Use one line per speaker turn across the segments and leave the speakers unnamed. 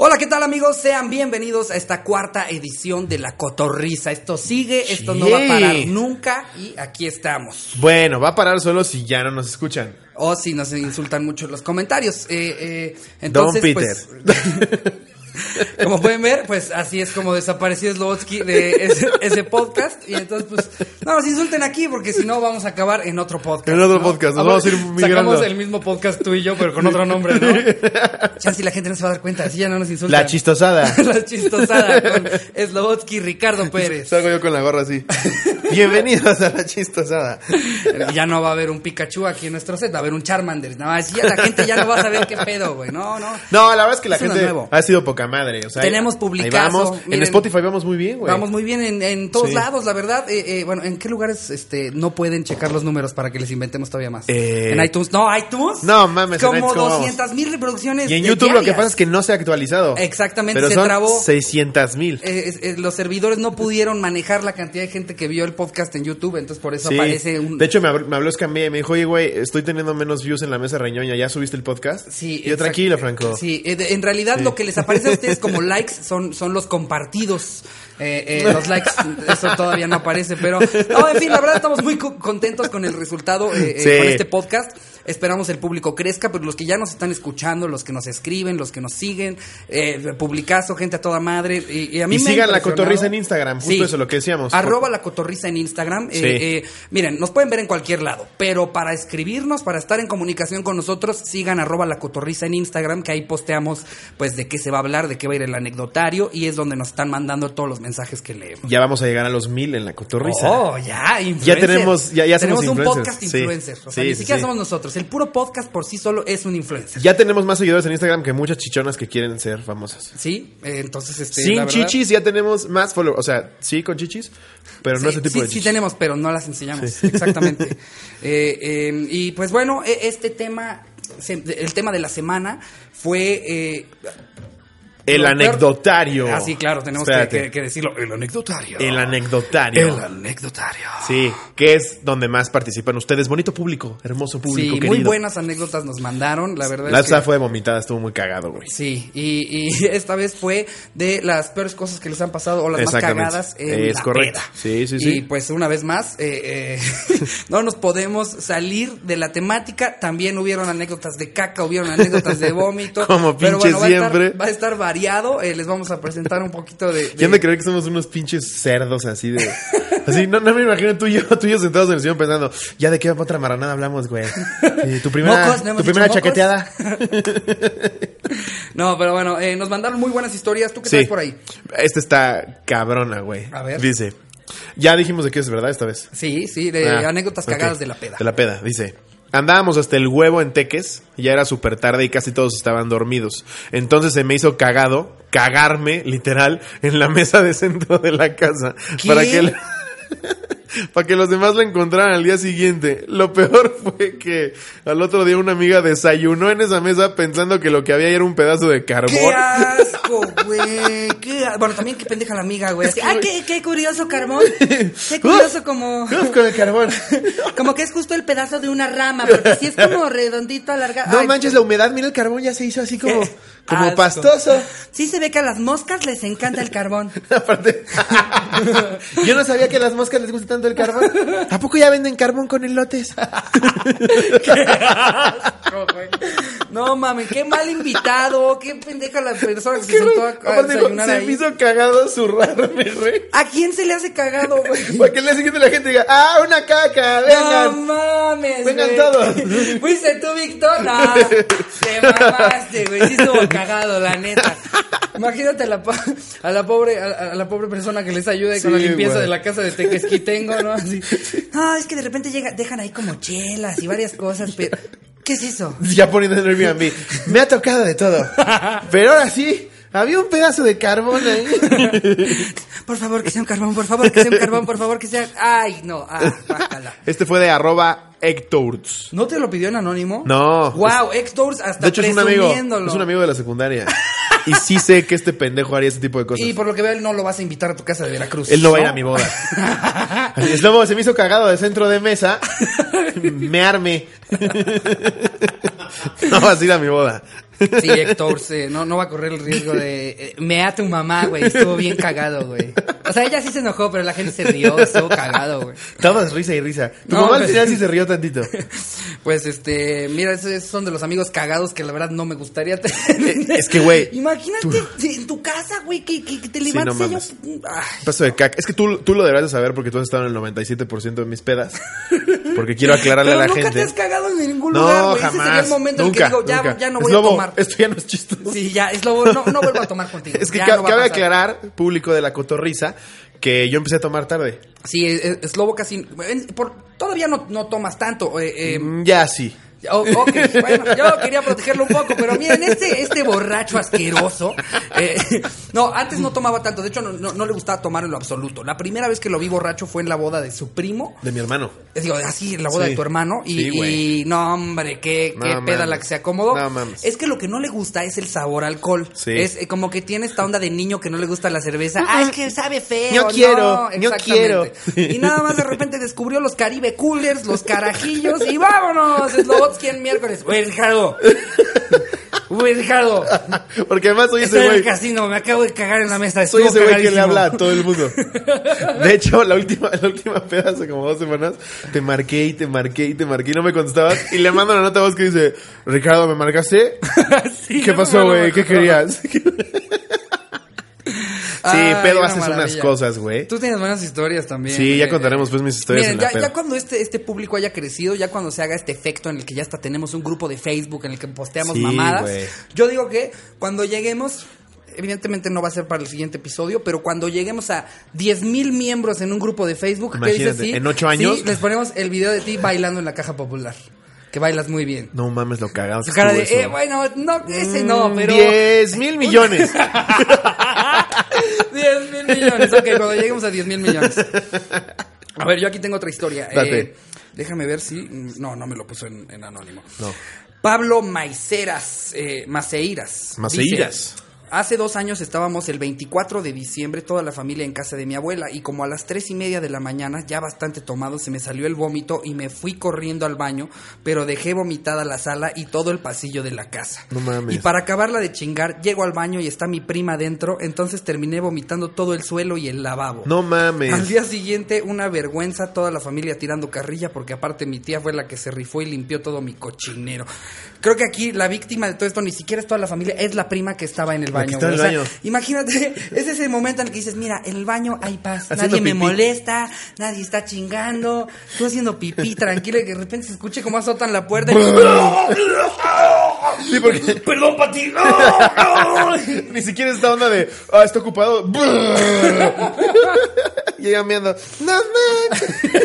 Hola, ¿qué tal amigos? Sean bienvenidos a esta cuarta edición de La Cotorriza. Esto sigue, esto no va a parar
Sí.
nunca y aquí estamos.
Bueno, va a parar solo si ya no nos escuchan.
O oh, si nos insultan mucho en los comentarios. Eh, eh, entonces,
Don
pues,
Peter.
como pueden ver, pues así es como desapareció Slovotsky de ese, ese podcast. Y entonces, pues, no nos insulten aquí porque si no vamos a acabar en otro podcast.
En otro
¿no?
podcast, nos
A
vamos
ver,
a ir migrando.
Sacamos el mismo podcast tú y yo, pero con otro nombre, ¿no? Chance y la gente no se va a dar cuenta, así ya no nos insultan.
La chistosada.
La chistosada con Slovotsky y Ricardo Pérez.
Salgo yo con la gorra así. Bienvenidos a la chistosada.
Y Eh, ya no va a haber un Pikachu aquí en nuestro set, va a haber un Charmander. No, así ya la gente ya no va a saber qué pedo, güey. No, no.
No, la verdad es que la
Es uno
gente
nuevo.
ha sido poca madre. O sea,
Tenemos
ahí
publicazo,
vamos. En
miren.
Spotify vamos muy bien, güey.
Vamos muy bien en, en todos
Sí.
lados, la verdad. Eh, eh, bueno, ¿en qué lugares este no pueden checar los números para que les inventemos todavía más?
Eh.
en iTunes. No, iTunes.
No, mames, en
Como
iTunes, ¿cómo vamos?
200 mil reproducciones.
Y en
de
YouTube lo que
diarias.
pasa es que no se ha actualizado.
Exactamente,
Pero
se
son
trabó.
600 mil.
Eh, es- eh, los servidores no pudieron manejar la cantidad de gente que vio el podcast en YouTube, entonces por eso
Sí.
aparece un.
De hecho, me habló, me habló Escamilla y me dijo, oye, güey, estoy teniendo menos views en la mesa reñoña. ¿Ya subiste el podcast?
Sí,
Y yo,
exacto.
tranquilo, Franco.
Sí, eh, de- en realidad lo que les aparece a ustedes como likes son, son los compartidos. Eh, eh, los likes, eso todavía no aparece, pero. No, en fin, la verdad estamos muy co- contentos con el resultado eh, eh,
Sí.
con este podcast. Esperamos el público crezca, pero los que ya nos están escuchando, los que nos escriben, los que nos siguen, eh, publicazo, gente a toda madre. Y, y a mí
Y
me ha
sigan La
impresionado-
Cotorrisa en Instagram, justo eso, lo que decíamos.
Arroba la cotorriza en Instagram. Eh,
Sí.
eh, miren, nos pueden ver en cualquier lado, pero para escribirnos, para estar en comunicación con nosotros, sigan arroba la cotorriza en Instagram, que ahí posteamos pues de qué se va a hablar, de qué va a ir el anecdotario, y es donde nos están mandando todos los mensajes que leemos.
Ya vamos a llegar a los mil en la cotorrisa.
Oh, ya, influencer.
tenemos- ya- ya
tenemos
somos
un
influencers,
podcast
sí.
influencer. O sea,
Sí,
ni
sí,
siquiera
sí.
somos nosotros. El puro podcast por sí solo es un influencer.
Ya tenemos más seguidores en Instagram que muchas chichonas que quieren ser famosas.
Sí, Eh, entonces este. la
Sin
verdad-
chichis ya tenemos más followers. O sea, sí con chichis, pero no
sí,
ese tipo
sí,
de
sí
chichis.
tenemos, pero no las enseñamos. Exactamente. Eh, eh, y pues bueno, e- este tema, se- el tema de la semana fue... eh,
El
lo peor-
anecdotario.
Ah, sí, claro, tenemos que,
Espérate.
que- que decirlo. El anecdotario.
El anecdotario.
El anecdotario.
Sí, que es donde más participan ustedes. Bonito público, hermoso
Sí,
público, querido.
muy buenas anécdotas nos mandaron, la verdad.
La
es que-
esa fue vomitada, estuvo muy cagado, güey.
Sí, y, y esta vez fue de las peores cosas que les han pasado o las más
Exactamente.
cagadas en
Es
la
correcto.
peda.
Sí, sí, sí.
Y pues una vez más, eh, eh, no nos podemos salir de la temática. También hubieron anécdotas de caca, hubieron anécdotas de vómito.
Como
Pero bueno,
pinche
va a estar-
siempre.
va a estar variado. eh, les vamos a presentar un poquito de... de-
¿Quién de creer que somos unos pinches cerdos así de. Así, no, no me imagino tú y yo, tú y yo sentados en el sillón pensando, ya de qué otra maranada hablamos, güey. Eh, tu primera,
Mocos, ¿no hemos
tu primera
dicho mocos?
chaqueteada.
No, pero bueno, eh, nos mandaron muy buenas historias. ¿Tú qué traes por ahí?
Esta está cabrona, güey.
A ver.
Dice. Ya dijimos de qué es verdad esta vez.
Sí, sí, de
Ah,
anécdotas
ok.
cagadas de la peda.
De la peda, dice. Andábamos hasta el huevo en Teques, ya era súper tarde y casi todos estaban dormidos. Entonces se me hizo cagado, cagarme, literal, en la mesa de centro de la casa.
¿Qué?
Para que, la- para que los demás la encontraran al día siguiente. Lo peor fue que al otro día una amiga desayunó en esa mesa pensando que lo que había ahí era un pedazo de carbón.
¡Qué asco, güey! ¡Qué a- Bueno, también qué pendeja la amiga, güey. Es que, ¡Ay, qué, qué curioso, Carmón! ¡Qué curioso como...
¡Qué asco de carbón!
Como que es justo el pedazo de una rama, porque si es como redondito, alargado.
No
Ay, Eh, ah,
manches la humedad, mira el carbón ya se hizo así como,
Qué
como
asco.
pastoso.
Sí se ve que a las moscas les encanta el carbón.
Aparte, yo no sabía que a las moscas les gusta tanto el carbón. ¿A poco ya venden carbón con elotes?
No mames, qué mal invitado, qué pendeja la persona que se sentó a, a
Aparte, dijo,
desayunar
se me
ahí.
hizo cagado zurrarme, güey.
¿A quién se le hace cagado, güey?
Para que le siguiente la gente diga, ¡ah, una caca!
No
¡Vengan!
mames,
Vengan
güey.
todos.
Fuiste tú, Víctor. No, te mamaste, güey. Sí estuvo cagado, la neta. Imagínate a la, po- a la pobre a, a la pobre persona que les ayude con la
Sí,
limpieza
güey.
de la casa de Tequesquitengo, ¿no? Así. Ah, es que de repente llega, dejan ahí como chelas y varias cosas, pero ¿Qué es eso?
Ya poniendo en Airbnb. Me ha tocado de todo. Pero ahora sí, había un pedazo de carbón ahí.
Por favor, que sea un carbón, por favor, que sea un carbón, por favor, que sea. Ay, no. Ah, guácala.
Este fue de arroba Ectourts.
¿No te lo pidió en anónimo?
No.
Wow, X-Doors hasta
De hecho, es un amigo.
presumiéndolo.
Es un amigo de la secundaria. Y sí sé que este pendejo haría ese tipo de cosas.
Y por lo que veo, él no lo vas a invitar a tu casa de Veracruz.
Él no va a ir a mi boda. Así es, luego se me hizo cagado de centro de mesa. Me arme. No vas a ir a mi boda.
Sí, Héctor, sí, no, no va a correr el riesgo de. eh, me a tu mamá, güey. Estuvo bien cagado, güey. O sea, ella sí se enojó, pero la gente se rió, estuvo cagado, güey.
Estabas risa y risa. Tu
No,
mamá al
pues-
final sí se rió tantito.
Pues este, mira, esos esos son de los amigos cagados que la verdad no me gustaría tener.
Eh, Es que, güey,
Imagínate
tú-
si en tu casa, güey, que, que- que te
Sí,
levantes
no
y yo-
mames.
Ay,
Paso de caca. Es que tú, tú lo deberás de saber porque tú has estado en el 97% de mis pedas. Porque quiero aclararle
Pero
a la
nunca
gente.
te has cagado en ningún
no,
lugar, güey. Ese
jamás.
sería el momento
nunca,
en el que digo, ya,
nunca.
ya no
Es
voy
lobo,
a tomar.
Esto ya no es chistoso.
Sí, ya, es lobo, no, no vuelvo a tomar contigo.
Es que
ya
ca-
no va a
cabe
pasar.
aclarar, público de la cotorriza, que yo empecé a tomar tarde.
Sí, eh, eh, Slobo casi. en- por- todavía no, no tomas tanto. eh, eh,
Mm, Ya sí.
o- ok, bueno, yo quería protegerlo un poco, pero miren, este, este borracho asqueroso. eh, no, antes no tomaba tanto. De hecho, no, no- no le gustaba tomar en lo absoluto. La primera vez que lo vi borracho fue en la boda de su primo.
De mi hermano.
Es digo, así, en la boda
Sí.
de tu hermano. Y,
Sí, güey.
y, no, hombre, qué,
No
qué peda
mames.
la que se acomodó.
No mames.
Es que lo que no le gusta es el sabor a alcohol.
Sí.
Es eh, como que tiene esta onda de niño que no le gusta la cerveza. Ah, es que sabe feo.
Yo quiero,
no,
yo
exactamente.
quiero.
Y nada más de repente descubrió los Caribe Coolers, los carajillos. Y vámonos, Slobotsky en miércoles. Güey, Ricardo. Güey, Ricardo.
Porque además soy
Estoy
ese
en el
güey.
casino, me acabo de cagar en la mesa.
Soy
estuvo
ese güey que le
cagadísimo.
habla a todo el mundo. De hecho, la última, la última peda hace como dos semanas, te marqué y te marqué y te marqué y no me contestabas. Y le mando una nota a vos que dice, Ricardo, ¿me marcaste?
Sí,
¿Qué
no
pasó,
me
güey?
acuerdo.
¿Qué querías? sí,
Ay,
pedo
Ah, una
haces unas
maravilla.
cosas, güey.
Tú tienes buenas historias también.
Sí, ya
Eh,
contaremos pues mis historias
Miren,
en
ya,
la
ya
peda.
cuando este, este público haya crecido, ya cuando se haga este efecto en el que ya hasta tenemos un grupo de Facebook en el que posteamos
Sí,
mamadas,
güey.
yo digo que cuando lleguemos, evidentemente no va a ser para el siguiente episodio, pero cuando lleguemos a 10 mil miembros en un grupo de Facebook, ¿qué dices?
Imagínate,
Sí,
en ocho años.
sí, les ponemos el video de ti bailando en la caja popular, que bailas muy bien.
No mames, lo cagado.
Su cara de, eh, bueno, no, ese
Mm,
no, pero...
10 mil millones.
10 mil millones. Ok, cuando lleguemos a 10 mil millones. A ver, yo aquí tengo otra historia.
Date.
Eh, déjame ver si. mm, No, no me lo puso en, en anónimo.
No.
Pablo Maiceras, eh, Maceiras.
Maceiras.
dice, Hace dos años estábamos el 24 de diciembre, toda la familia en casa de mi abuela, y como a las tres y media de la mañana, ya bastante tomado, se me salió el vómito y me fui corriendo al baño, pero dejé vomitada la sala y todo el pasillo de la casa.
No mames.
Y para acabarla de chingar, llego al baño y está mi prima dentro, entonces terminé vomitando todo el suelo y el lavabo.
No mames.
Al día siguiente, una vergüenza, toda la familia tirando carrilla, porque aparte mi tía fue la que se rifó y limpió todo mi cochinero. Creo que aquí la víctima de todo esto ni siquiera es toda la familia, es la prima que estaba en el
La que
baño.
estaba
güey.
en el
O sea,
baño.
imagínate, es ese momento en el que dices, mira, en el baño hay paz,
Haciendo
nadie me
pipí.
molesta, nadie está chingando, tú haciendo pipí tranquila y que de repente se escuche cómo azotan la puerta. y-
Sí, porque
Perdón, Pati.
ni siquiera esta onda de, ah, está ocupado. y ella me anda, no manches.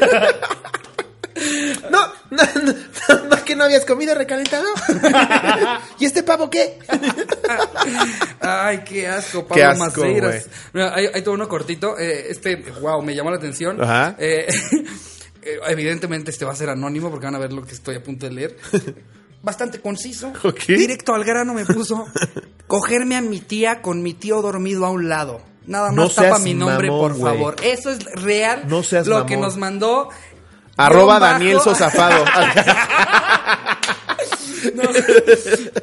No, no, no, no, no, que no habías comido recalentado. ¿Y este pavo qué?
Ay, qué asco, Pablo
Qué asco,
Maceiras.
güey.
Mira, hay, hay todo uno cortito. eh, este, wow, me llamó la atención.
Ajá.
Eh, eh, evidentemente este va a ser anónimo porque van a ver lo que estoy a punto de leer. Bastante conciso.
Ok.
Directo al grano me puso cogerme a mi tía con mi tío dormido a un lado. Nada más
No
tapa
seas
mi nombre,
mamón,
por
güey.
favor. Eso es real.
No seas
lo que
mamón.
nos mandó. guión
Arroba
bajo.
Daniel Sosafado.
No,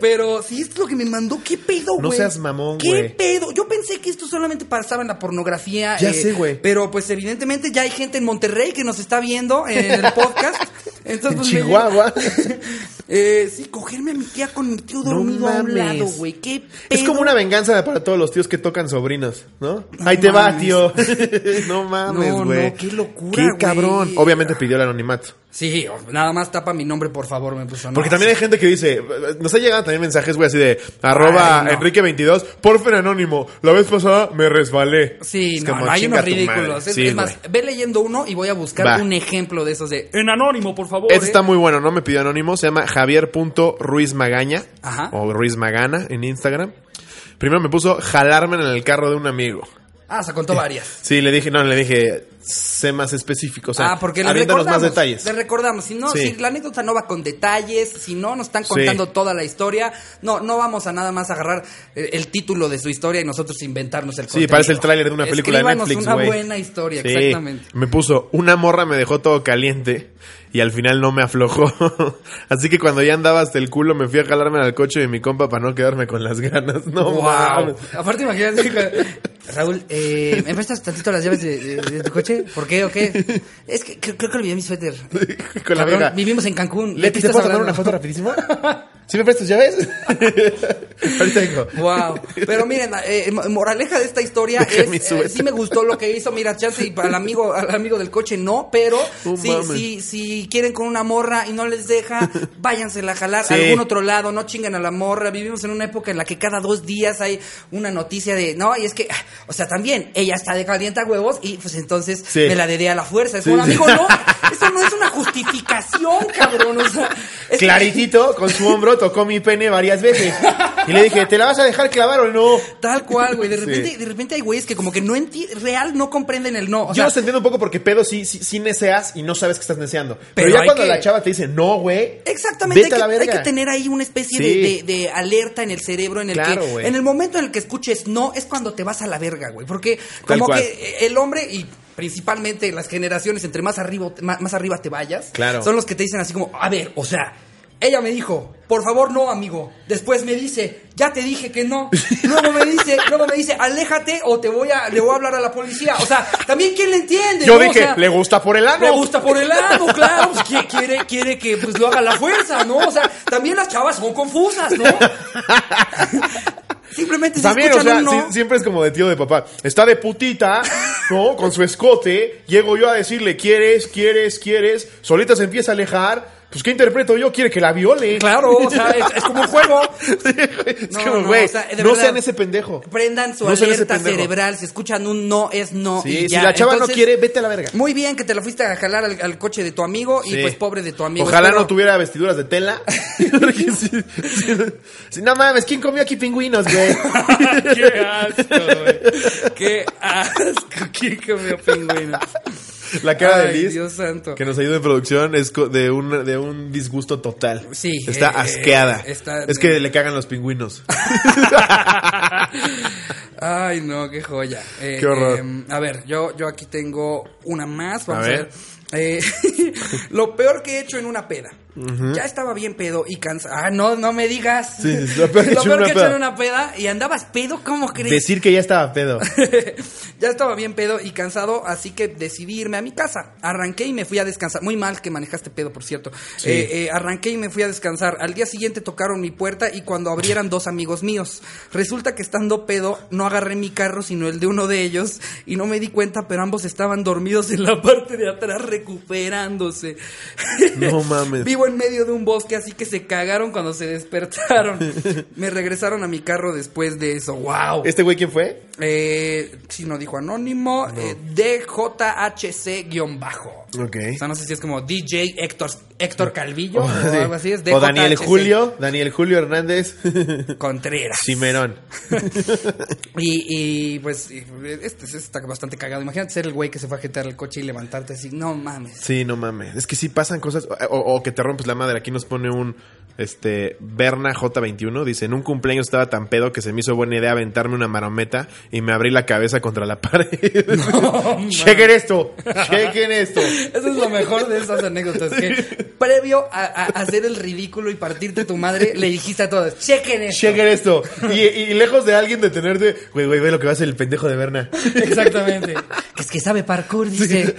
pero si es lo que me mandó, ¿qué pedo, güey?
No seas mamón,
¿Qué
güey.
pedo? Yo pensé que esto solamente pasaba en la pornografía. eh,
Ya sé, güey.
Pero pues evidentemente ya hay gente en Monterrey que nos está viendo en el podcast. Entonces,
En
pues, me-
Chihuahua.
Eh, sí, cogerme a mi tía con mi tío
No
dormido a un
mames.
lado, güey. ¿Qué pedo?
Es como una venganza para todos los tíos que tocan sobrinos, ¿no? Ahí te va,
mames.
tío. no mames,
No, no,
güey.
qué locura,
Qué
güey.
cabrón. Obviamente pidió el anonimato.
Sí, nada más tapa mi nombre, por favor, me puso. no,
Porque también hay gente que dice, nos ha llegado también mensajes, güey, así de arroba
Ay, no.
Enrique22, porfen anónimo, la vez pasada me resbalé.
Sí,
Es
no,
como,
no, hay
"Chinga
unos
tu madre".
ridículos. Es,
Sí,
es más,
güey.
ve leyendo uno y voy a buscar
Va.
un ejemplo de esos de en anónimo, por favor.
Este
eh.
está muy bueno, no me pidió anónimo, se llama javier.ruizmagaña
Ajá.
o Ruiz Magana en Instagram. Primero me puso jalarme en el carro de un amigo.
Ah, se contó varias.
Sí, le dije, no, le dije, sé más específico, o sea,
ah, porque le
aviéntanos
recordamos.
más detalles.
Le recordamos. Si no,
Sí.
si la anécdota no va con detalles, si no nos están contando
Sí.
toda la historia, no, no vamos a nada más agarrar eh, el título de su historia y nosotros inventarnos el
Sí,
contenido.
parece el tráiler de una película de
Escríbanos
Netflix,
una
güey.
buena historia,
Sí.
exactamente.
Me puso, una morra me dejó todo caliente y al final no me aflojó. Así que cuando ya andaba hasta el culo me fui a jalarme al coche de mi compa para no quedarme con las ganas. No,
wow.
mames.
Aparte, imagínate, hijo, Raúl, eh, ¿me prestas tantito las llaves de, de- de tu coche? ¿Por qué o qué? Es que creo, creo que olvidé mi suéter.
con la
Cabrón,
vieja.
Vivimos en Cancún. ¿De
Leti,
qué
¿te
estás
puedo tomar
hablando?
una foto rapidísimo? ¿Sí me prestas llaves? Ahorita vengo.
Wow. Pero miren, eh, mo- moraleja de esta historia
Deja mi
es eh,
suéter.
sí me gustó lo que hizo, mira, chance y para el amigo, al amigo del coche no, pero
No
si,
mames.
si, si quieren con una morra y no les deja, váyansela a jalar
Sí.
a algún otro lado, no chingan a la morra. Vivimos en una época en la que cada dos días hay una noticia de no, y es que, ah, o sea, también ella está de calienta huevos y pues entonces
Sí.
me la dedé a la fuerza. Es
Sí,
un
sí.
amigo, no, eso no es una justificación, cabrón. O sea, es que-
Claritito, con su hombro, tocó mi pene varias veces. Y le dije, ¿te la vas a dejar clavar o no?
Tal cual, güey. De
Sí.
repente, de repente hay güeyes que como que no enti real no comprenden el no. O
Yo
sea,
los entiendo un poco porque pedo sí, sí, sí neceas y no sabes que estás neceando. Pero,
Pero
ya
hay
cuando
que-
la chava te dice, no, güey.
exactamente.
vete a
Hay
la
que, hay
verga".
que tener ahí una especie
Sí.
de, de- de alerta en el cerebro en el
Claro,
que
güey.
en el momento en el que escuches no es cuando te vas a la verga, güey. Porque
Tal
como
cual.
que el hombre y principalmente las generaciones entre más arriba más, más arriba te vayas,
Claro.
son los que te dicen así como, a ver, o sea. Ella me dijo, por favor no, amigo. Después me dice, ya te dije que no. Luego me dice, luego me dice, aléjate o te voy a, le voy a hablar a la policía. O sea, también quién le entiende.
Yo
¿no? O
dije,
sea,
le gusta por el ano.
le gusta por el lado, claro. pues, qui- quiere, quiere que pues lo haga la fuerza, ¿no? O sea, también las chavas son confusas, ¿no? Simplemente si
También, o
escuchan
sea,
un no.
sí- siempre es como de tío de papá. Está de putita, ¿no? Con su escote. Llego yo a decirle, quieres, quieres, quieres. Solita se empieza a alejar. Pues, ¿qué interpreto yo? Quiere que la viole.
Claro, o sea, es, es como un juego.
es
No,
como,
no,
güey, no,
o sea, de verdad.
sean ese pendejo.
Prendan su
No sean ese
alerta
pendejo.
cerebral. Si escuchan un no, es no.
Sí,
y
si
ya.
la chava no
Entonces,
quiere, vete a la verga.
Muy bien que te la fuiste a jalar al, al coche de tu amigo y
Sí.
pues pobre de tu amigo.
Ojalá
Espero-
no tuviera vestiduras de tela. Porque sí, sí, sí, no mames, ¿quién comió aquí pingüinos, güey?
Qué asco, güey. Qué asco. Qué comió pingüino.
La cara de
Ay,
Liz,
Dios santo.
que nos ayuda en producción, es co- de un, de un disgusto total.
Sí,
Está
eh,
asqueada.
eh, está-
es que le cagan los pingüinos.
Ay, no, qué joya. Eh,
Qué horror.
eh, a ver, yo, yo aquí tengo una más. Vamos
A
a
ver.
ver. Eh, lo peor que he hecho en una peda. Ya estaba bien pedo y cansado. Ah, no, no me digas.
Sí, sí, sí, lo peor que he hecho en una
que he hecho
peda.
en una peda y andabas pedo, ¿cómo crees?
Decir que ya estaba pedo.
ya estaba bien pedo y cansado, así que decidí irme a mi casa. Arranqué y me fui a descansar. Muy mal que manejaste pedo, por cierto. Eh, eh, arranqué y me fui a descansar. Al día siguiente tocaron mi puerta y cuando abrieran dos amigos míos. Resulta que estando pedo, no agarré mi carro, sino el de uno de ellos. Y no me di cuenta, pero ambos estaban dormidos en la parte de atrás recuperándose.
No mames.
Vivo en medio de un bosque, así que se cagaron cuando se despertaron. me regresaron a mi carro después de eso. ¡Wow!
¿Este güey quién fue?
Eh, si no dijo anónimo, eh, DJHC-bajo.
Ok.
O sea, no sé si es como DJ Héctor, Héctor Calvillo o
Sí.
algo así. Es
O Daniel
DJHC
Julio, Daniel Julio Hernández
Contreras.
Cimerón.
Y, y, pues, y, este, este está bastante cagado. Imagínate ser el güey que se fue a jetar el coche y levantarte así. No mames.
Sí, no mames. Es que sí pasan cosas. O, o que te rompes la madre. Aquí nos pone un este Berna J21. Dice: En un cumpleaños estaba tan pedo que se me hizo buena idea aventarme una marometa y me abrí la cabeza contra la pared. chequen esto. Chequen esto.
Eso es lo mejor de esas anécdotas. Que previo a, a hacer el ridículo y partirte tu madre, le dijiste a todos: chequen esto.
Chequen esto. Y, y lejos de alguien detenerte, güey, güey, ve lo que va a hacer el pendejo de Berna.
Exactamente. Que es que sabe parkour, dice.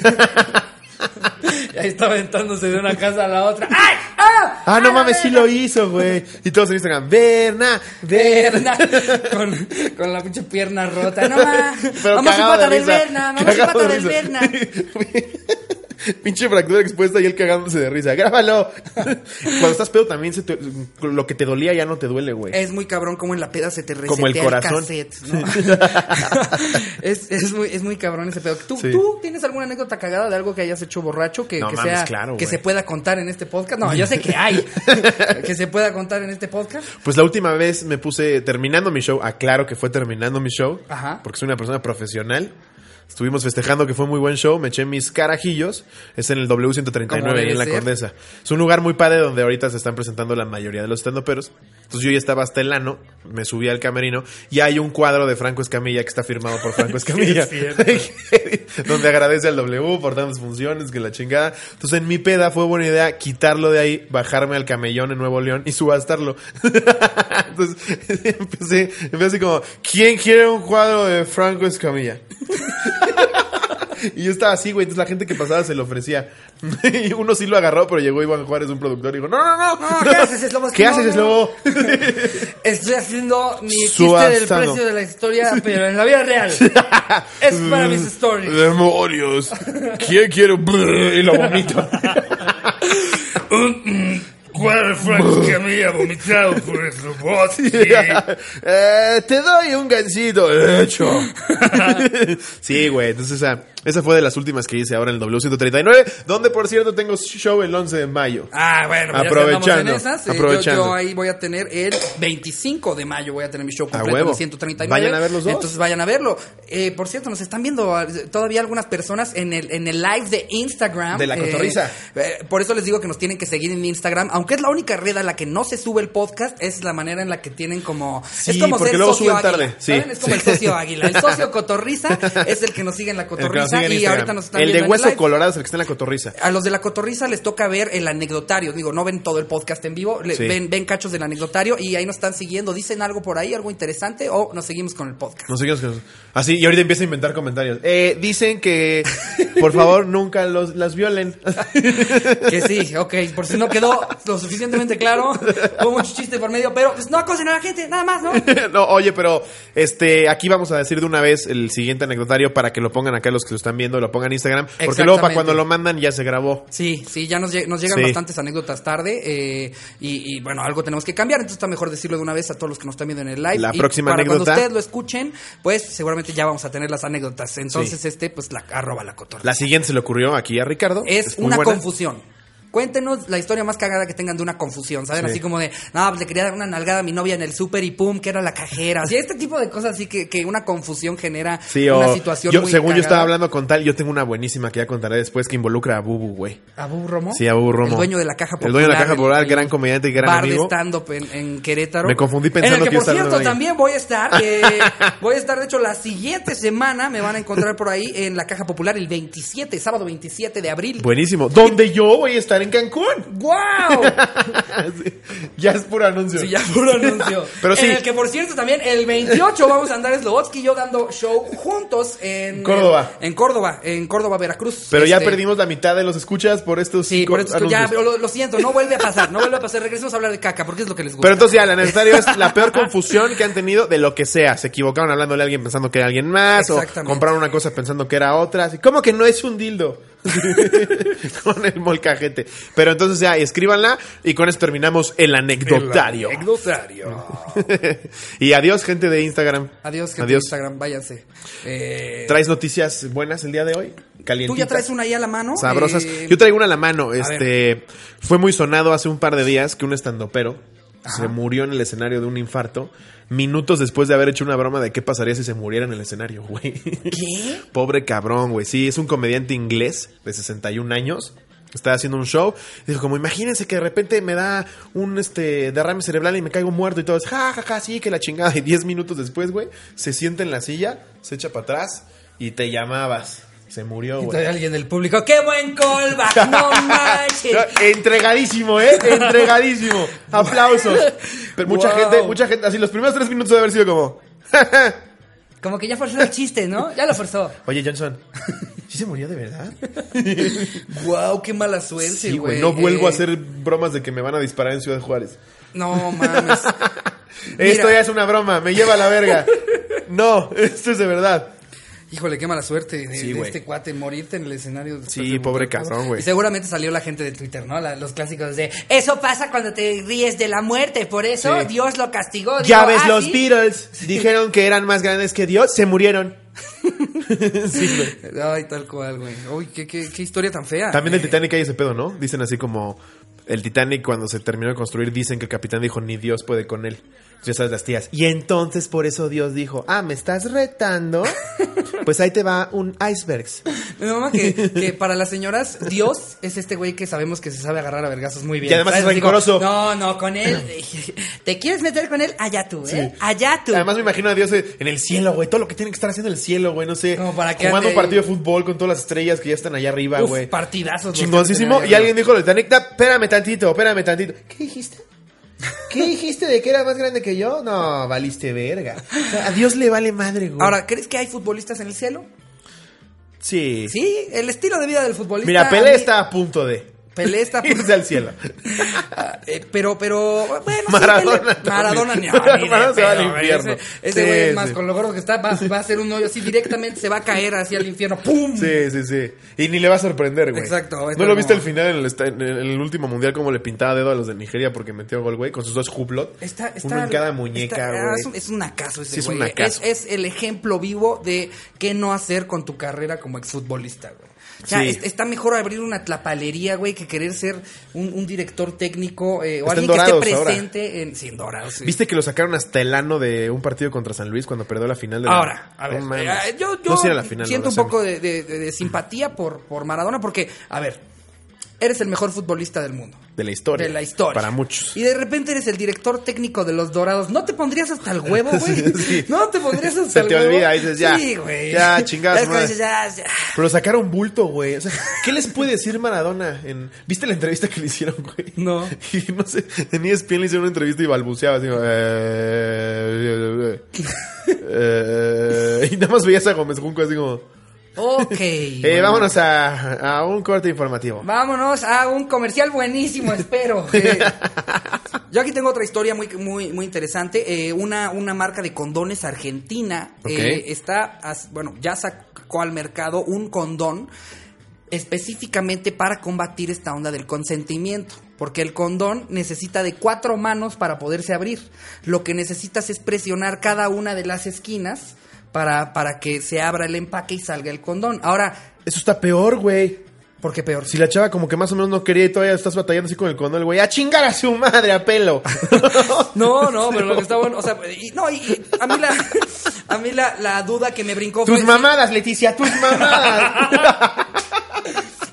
Y ahí está aventándose de una casa a la otra. ¡Ay! ¡Ah!
Ah, no mames, sí lo hizo, güey. Y todos en Instagram, Berna,
Berna, con, con la pinche pierna rota. No, ma.
Pero
Vamos a
cagado de
empatar el
risa.
Berna, vamos a
Cagado
empatar
de
el
risa.
Berna.
Pinche fractura expuesta y él cagándose de risa. ¡Grábalo! Cuando estás pedo también se te- lo que te dolía ya no te duele, güey.
Es muy cabrón como en la peda se te resetea
Como el corazón.
cassette, ¿no? es, es muy, es muy cabrón ese pedo. ¿Tú,
Sí.
tú tienes alguna anécdota cagada de algo que hayas hecho borracho que,
No
que
mames,
sea
claro,
que se
güey.
pueda contar en este podcast? No, yo sé que hay. que se pueda contar en este podcast.
Pues la última vez me puse terminando mi show, aclaro que fue terminando mi show,
Ajá.
porque soy una persona profesional. Estuvimos festejando que fue muy buen show, me eché mis carajillos, es en el
Como
W139 ahí
debe
en la
ser.
Condesa. Es un lugar muy padre donde ahorita se están presentando la mayoría de los estandoperos. Entonces yo ya estaba hasta el ano, me subí al camerino y hay un cuadro de Franco Escamilla que está firmado por Franco Escamilla. donde agradece al W por tantas funciones, que la chingada. Entonces en mi peda fue buena idea quitarlo de ahí, bajarme al camellón en Nuevo León y subastarlo. Entonces empecé, empecé así como, ¿quién quiere un cuadro de Franco Escamilla? Y yo estaba así, güey. Entonces la gente que pasaba se lo ofrecía. Y uno sí lo agarró, pero llegó Iván Juárez, un productor, y dijo: No, no, no.
No, ¿qué haces, Slobo?
¿Qué
No,
haces,
no,
Slobo?
Estoy haciendo mi chiste del
Suasano.
precio de la historia, pero en la vida real. es para mis stories.
Demonios. ¿Quién quiere? un brr? Y lo vomito.
¿Cuál Frank que me ha vomitado por el robot?
Eh, te doy un gancito. Hecho. sí, güey. Entonces esa, esa fue de las últimas que hice ahora en el W139. Donde, por cierto, tengo show el 11 de mayo.
Ah, bueno, pues ya
Aprovechando,
que andamos en esas, eh, yo-
aprovechando.
Yo, ahí voy a tener el 25 de mayo, voy a tener mi show completo
huevo.
en el 139.
Vayan a ver los dos.
Entonces vayan a verlo. Eh, por cierto, nos están viendo ah, todavía algunas personas en el, en el live de Instagram.
De La
Eh,
Cotorrisa.
eh, por eso les digo que nos tienen que seguir en Instagram. Aunque es la única red a la que no se sube el podcast, es la manera en la que tienen como.
Sí,
es como
porque
ser
luego
socio
suben
águila,
tarde. Sí,
¿saben? Es como
sí.
el socio águila. El socio cotorriza es el que nos sigue en la
El que nos
cotorriza.
sigue en
y
Instagram.
ahorita nos están
El
viendo
de
en
Hueso
live.
Colorado es el que está en la cotorriza.
A los de la cotorriza les toca ver el anecdotario. Digo, no ven todo el podcast en vivo, le-
Sí.
ven, ven cachos del anecdotario y ahí nos están siguiendo. Dicen algo por ahí, algo interesante, o nos seguimos con el podcast.
No sé qué nos- Así, y ahorita empieza a inventar comentarios. Eh, dicen que, por favor, nunca los, las violen.
Que sí, ok, por si no quedó lo suficientemente claro, hubo mucho chiste por medio, pero pues no acosen a la gente, nada más, ¿no?
no, oye, pero este, aquí vamos a decir de una vez el siguiente anecdotario para que lo pongan acá los que lo están viendo, lo pongan en Instagram. Porque luego
Exactamente.
para cuando lo mandan ya se grabó.
Sí, sí, ya nos, lleg- nos llegan
Sí.
bastantes anécdotas tarde eh, y, y, bueno, algo tenemos que cambiar, entonces está mejor decirlo de una vez a todos los que nos están viendo en el live.
La
y
próxima
para
anécdota-
Cuando ustedes lo escuchen, pues seguramente ya vamos a tener las anécdotas. Entonces, este, pues la arroba la cotorra.
La siguiente se le ocurrió aquí a Ricardo.
es,
muy
una
buena.
confusión. Cuéntenos la historia más cagada que tengan de una confusión, ¿saben?
Sí.
Así como de, no, pues le quería dar una nalgada a mi novia en el súper y pum, que era la cajera. Así, este tipo de cosas así que, que una confusión genera
Sí, o
una situación
yo,
muy
según yo
cagada.
estaba hablando con tal, yo tengo una buenísima que ya contaré después que involucra a Bubu, güey.
¿A Bú Romo?
Sí, a Bubu Romo.
El dueño de la caja popular.
El dueño de la caja popular,
el
gran comediante y gran
bar
amigo.
de stand-up en, en Querétaro.
Me confundí pensando
en el que,
que
por
yo estaba
cierto,
hablando de
también voy a estar. eh, voy a estar, de hecho, la siguiente semana me van a encontrar por ahí en la caja popular el 27, sábado 27 de abril.
Buenísimo. Donde yo voy a estar en Cancún.
¡Guau!
Sí, ya es puro anuncio.
Sí, ya puro anuncio.
Pero sí.
En el que, por cierto, también el 28 vamos a andar Slobotsky y yo dando show juntos en
Córdoba.
En, Córdoba, en Córdoba, Veracruz.
Pero ya
Este,
perdimos la mitad de los escuchas por estos
Sí,
cinco
por eso es que ya,
anuncios.
pero lo, lo siento, no vuelve a pasar, no vuelve a pasar. Regresemos a hablar de caca, porque es lo que les gusta.
Pero entonces ya, la necesario es la peor confusión que han tenido de lo que sea. Se equivocaron hablándole a alguien pensando que era alguien más, o
Exactamente.
compraron una cosa pensando que era otra. Así, ¿Cómo que no es un dildo? con el molcajete. Pero entonces ya, escríbanla y con eso terminamos el anecdotario.
Anecdotario.
y adiós, gente de Instagram.
Adiós, gente de
adiós.
Instagram, váyanse. Eh,
¿Traes noticias buenas el día de hoy? Calientitas.
Tú ya traes una ahí a la mano.
Sabrosas.
Eh,
Yo traigo una a la mano. Este fue muy sonado hace un par de días que un estandopero se murió en el escenario de un infarto minutos después de haber hecho una broma de qué pasaría si se muriera en el escenario, güey.
¿Qué?
Pobre cabrón, güey. Sí, es un comediante inglés de 61 años. Estaba haciendo un show. Dijo, como imagínense que de repente me da un este derrame cerebral y me caigo muerto y todo. Es, ja, ja, ja, sí, que la chingada. Y 10 minutos después, güey, se sienta en la silla, se echa para atrás y te llamabas. Se murió,
Y
güey.
trae alguien del público. ¡Qué buen callback! ¡No manches!
No, entregadísimo, ¿eh? Entregadísimo. Aplausos. Pero mucha
Wow.
gente, mucha gente, así los primeros tres minutos de haber sido como,
Como que ya forzó el chiste, ¿no? Ya lo forzó.
oye Johnson, ¿sí se murió de verdad?
¡Wow! ¡Qué mala suerte, Eh,
Sí, güey, no vuelvo a hacer bromas de que me van a disparar en Ciudad Juárez.
No mames.
Esto
Mira.
ya es una broma, me lleva a la verga. No, esto es de verdad.
Híjole, qué mala suerte de,
Sí,
de
güey.
este cuate, morirte en el escenario. después
Sí,
de
pobre
montarte.
cabrón, güey.
Y seguramente salió la gente de Twitter, ¿no? La- los clásicos de, eso pasa cuando te ríes de la muerte, por eso
Sí.
Dios lo castigó. Digo,
Ya ves,
"Ah,
los
¿sí?".
Beatles dijeron que eran más grandes que Dios, se murieron. sí, güey.
Ay, tal cual, güey. Uy, qué, qué, qué historia tan fea.
También del
Eh,
Titanic hay ese pedo, ¿no? Dicen así como el Titanic cuando se terminó de construir dicen que el capitán dijo ni Dios puede con él. Ya sabes las tías. Y entonces por eso Dios dijo, "Ah, me estás retando. Pues ahí te va un iceberg."
Mi mamá que, que para las señoras, Dios es este güey que sabemos que se sabe agarrar a vergazos muy bien.
Y además
¿sabes?
es
Así como,
rencoroso.
No, no, con él. ¿Te quieres meter con él? Allá tú, ¿eh? Allá tú.
Además me imagino a Dios eh, en el cielo, güey, todo lo que tienen que estar haciendo en el cielo, güey, no sé,
Como para que
jugando
ande
un partido
ahí.
de fútbol con todas las estrellas que ya están allá arriba,
Uf,
güey.
partidazos. los que
Chingoncísimo.
han
Y
tenido.
alguien dijo al Titanic, "Da, espérame tantito, espérame tantito. ¿Qué dijiste? ¿Qué dijiste de que era más grande que yo? No, valiste verga. O sea, a Dios le vale madre, güey.
Ahora, ¿crees que hay futbolistas en el cielo?
sí.
Sí, el estilo de vida del futbolista.
Mira,
a
Pelé
mí-
está a punto de
Pelé está.
irse al cielo.
Ah, eh, pero, pero, bueno, sí,
Maradona
Pelé- Maradona,
también.
no, ni de
Maradona se va al
pedo, güey.
infierno.
Ese- Ese
Sí,
güey, es más,
sí.
con lo gordo que está, va, va a ser un hoyo así directamente, se va a caer hacia el infierno. ¡Pum!
Sí, sí, sí. Y ni le va a sorprender, güey.
Exacto, es
¿No
como-
lo viste al final en el, esta- en el- en el último mundial como le pintaba dedo a los de Nigeria porque metió gol, güey? Con sus dos hublot.
Está, está,
Uno en cada
está-
muñeca,
ah,
güey.
es, un, es un acaso ese
Sí, es
güey.
un acaso.
Es, es el ejemplo vivo de qué no hacer con tu carrera como exfutbolista, güey. O sea,
Sí.
es- está mejor abrir una tlapalería, güey, que querer ser un, un director técnico eh, o
Está
alguien
en
que esté
Dorados ahora.
presente en. Sí, en Dorados, sí.
¿Viste que lo sacaron hasta el ano de un partido contra San Luis cuando perdió la final de la-
Ahora, a ver,
No mames.
eh, yo, yo
No, sí era la final,
siento
no,
un
la
poco de, de- de- de simpatía por, por Maradona porque, a ver, eres el mejor futbolista del mundo.
semi. de la historia.
De la historia.
Eh, Para muchos.
Y de repente eres el director técnico de los Dorados. ¿No te pondrías hasta el huevo, güey?
Sí, sí.
No te pondrías hasta
Se
el
te
huevo.
olvida, dices, ya,
Sí, güey.
ya, chingada
Ya es
su
cuando
madre.
dices, ya, ya.
Pero lo sacaron bulto, güey. O sea, ¿qué les puede decir Maradona? En... ¿Viste la entrevista que le hicieron, güey?
No.
Y no sé, en E ESPN le hicieron una entrevista y balbuceaba así, como, eh, eh, eh, eh, y nada más veías a Gómez Junco así como,
Ok.
eh,
bueno.
vámonos a, a un corte informativo.
Vámonos a un comercial buenísimo, espero. Eh, yo aquí tengo otra historia muy, muy, muy interesante. Eh, una, una marca de condones argentina eh,
Ok.
está, as- bueno, ya sacó al mercado un condón específicamente para combatir esta onda del consentimiento. Porque el condón necesita de cuatro manos para poderse abrir. Lo que necesitas es presionar cada una de las esquinas para, para que se abra el empaque y salga el condón. Ahora,
Eso está peor, güey.
¿por qué peor?
Si la chava como que más o menos no quería y todavía estás batallando así con el condón, güey, a chingar a su madre a pelo.
No, no, pero lo que está bueno, o sea, y- no, y, y a mí la a mí la, la duda que me brincó fue
tus mamadas, Leticia, tus mamadas.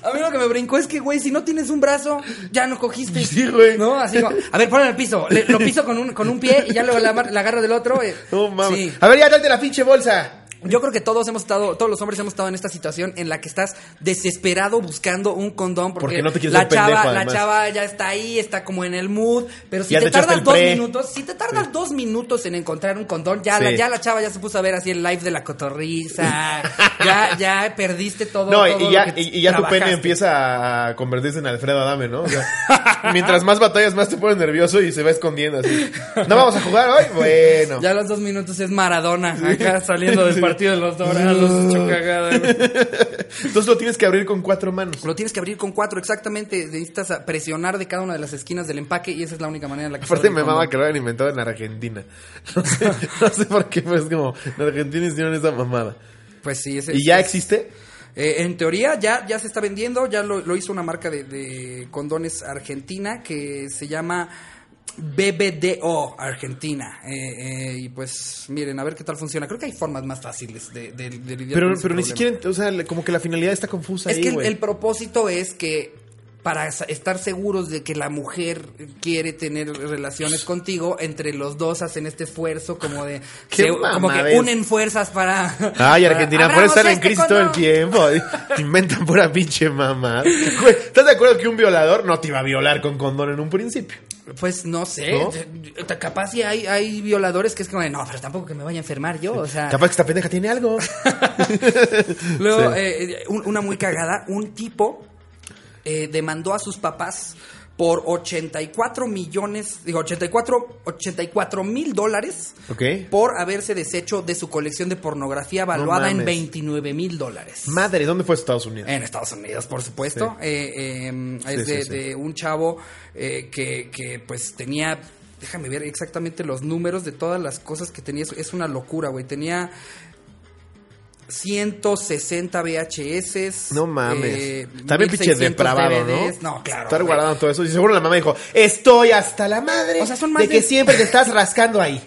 A mí lo que me brincó es que güey, si no tienes un brazo, ya no cogiste.
Sí, güey.
No, así como, a ver, ponlo en el piso, le- lo piso con un con un pie y ya luego la, mar- la agarro del otro. eh.
No mames.
Sí.
A ver, ya date la pinche bolsa.
Yo creo que todos hemos estado, todos los hombres hemos estado en esta situación en la que estás desesperado buscando un condón porque,
Porque no te quieres
la
ver pendejo,
chava, la
además.
chava ya está ahí, está como en el mood, pero si
Ya
te,
te echaste
tardas
el
dos
pre.
minutos, si te tardas dos minutos en encontrar un condón, ya, la,
Sí.
ya la chava ya se puso a ver así el live de la cotorriza, ya, ya perdiste todo.
No, y-
todo
y ya,
lo que
y, y ya tu pene
trabajaste.
empieza a convertirse en Alfredo Adame, ¿no? O sea, mientras más batallas, más te pones nervioso y se va escondiendo así. ¿No vamos a jugar hoy? Bueno.
Ya a los dos minutos es Maradona, acá saliendo del partido de los dorados, chocagada, güey.
Entonces lo tienes que abrir con cuatro manos.
Lo tienes que abrir con cuatro, exactamente. Necesitas a- presionar de cada una de las esquinas del empaque y esa es la única manera en la que.
Aparte
sale
me
el condón.
mama que lo hayan inventado en Argentina. No sé, no sé por qué, pero es como, en Argentina hicieron esa mamada.
Pues sí, ese.
¿Y ya existe?
Eh, en teoría ya, ya se está vendiendo, ya lo, lo hizo una marca de, de condones argentina que se llama BBDO Argentina. Eh, eh, y pues miren, a ver qué tal funciona. Creo que hay formas más fáciles de, de, de lidiar
Pero,
con ese
pero ni
problema.
siquiera, o sea, le- como que la finalidad está confusa
Es
ahí,
que el,
güey.
el propósito es que para sa- estar seguros de que la mujer quiere tener relaciones contigo, entre los dos hacen este esfuerzo como de
Qué
como que
mamadez.
unen fuerzas para
Ay,
para-
Argentina, por eso
Ah, ¡Abramos
están en
este
crisis todo el
condón!
tiempo. Te inventan pura pinche mamá. Güey, ¿Estás de acuerdo que un violador no te iba a violar con condón en un principio?
Pues no sé,
¿No?
yo- yo- capaz si hay, hay violadores que es como de, no, pero tampoco que me vaya a enfermar yo, o sea.
Capaz que esta pendeja tiene algo.
Luego,
Sí.
eh, eh, un- una muy cagada, un tipo eh, demandó a sus papás por 84 millones, digo, 84, 84 mil dólares
Ok.
por haberse deshecho de su colección de pornografía valuada en
mames.
29 mil dólares.
Madre, ¿dónde fue Estados Unidos?
En Estados Unidos, por supuesto.
Sí.
Eh, eh, es
Sí,
de,
sí, sí.
de un chavo eh, que, que, pues tenía... Déjame ver exactamente los números de todas las cosas que tenía. Es- Es una locura, güey. Tenía 160 VHS.
No mames.
eh,
También pinche
1600
depravado,
DVDs.
¿no?
No, claro.
Estar
güey.
guardando todo eso. Y seguro la mamá dijo, estoy hasta la madre
O sea, son más
de,
de-
que siempre te estás rascando ahí.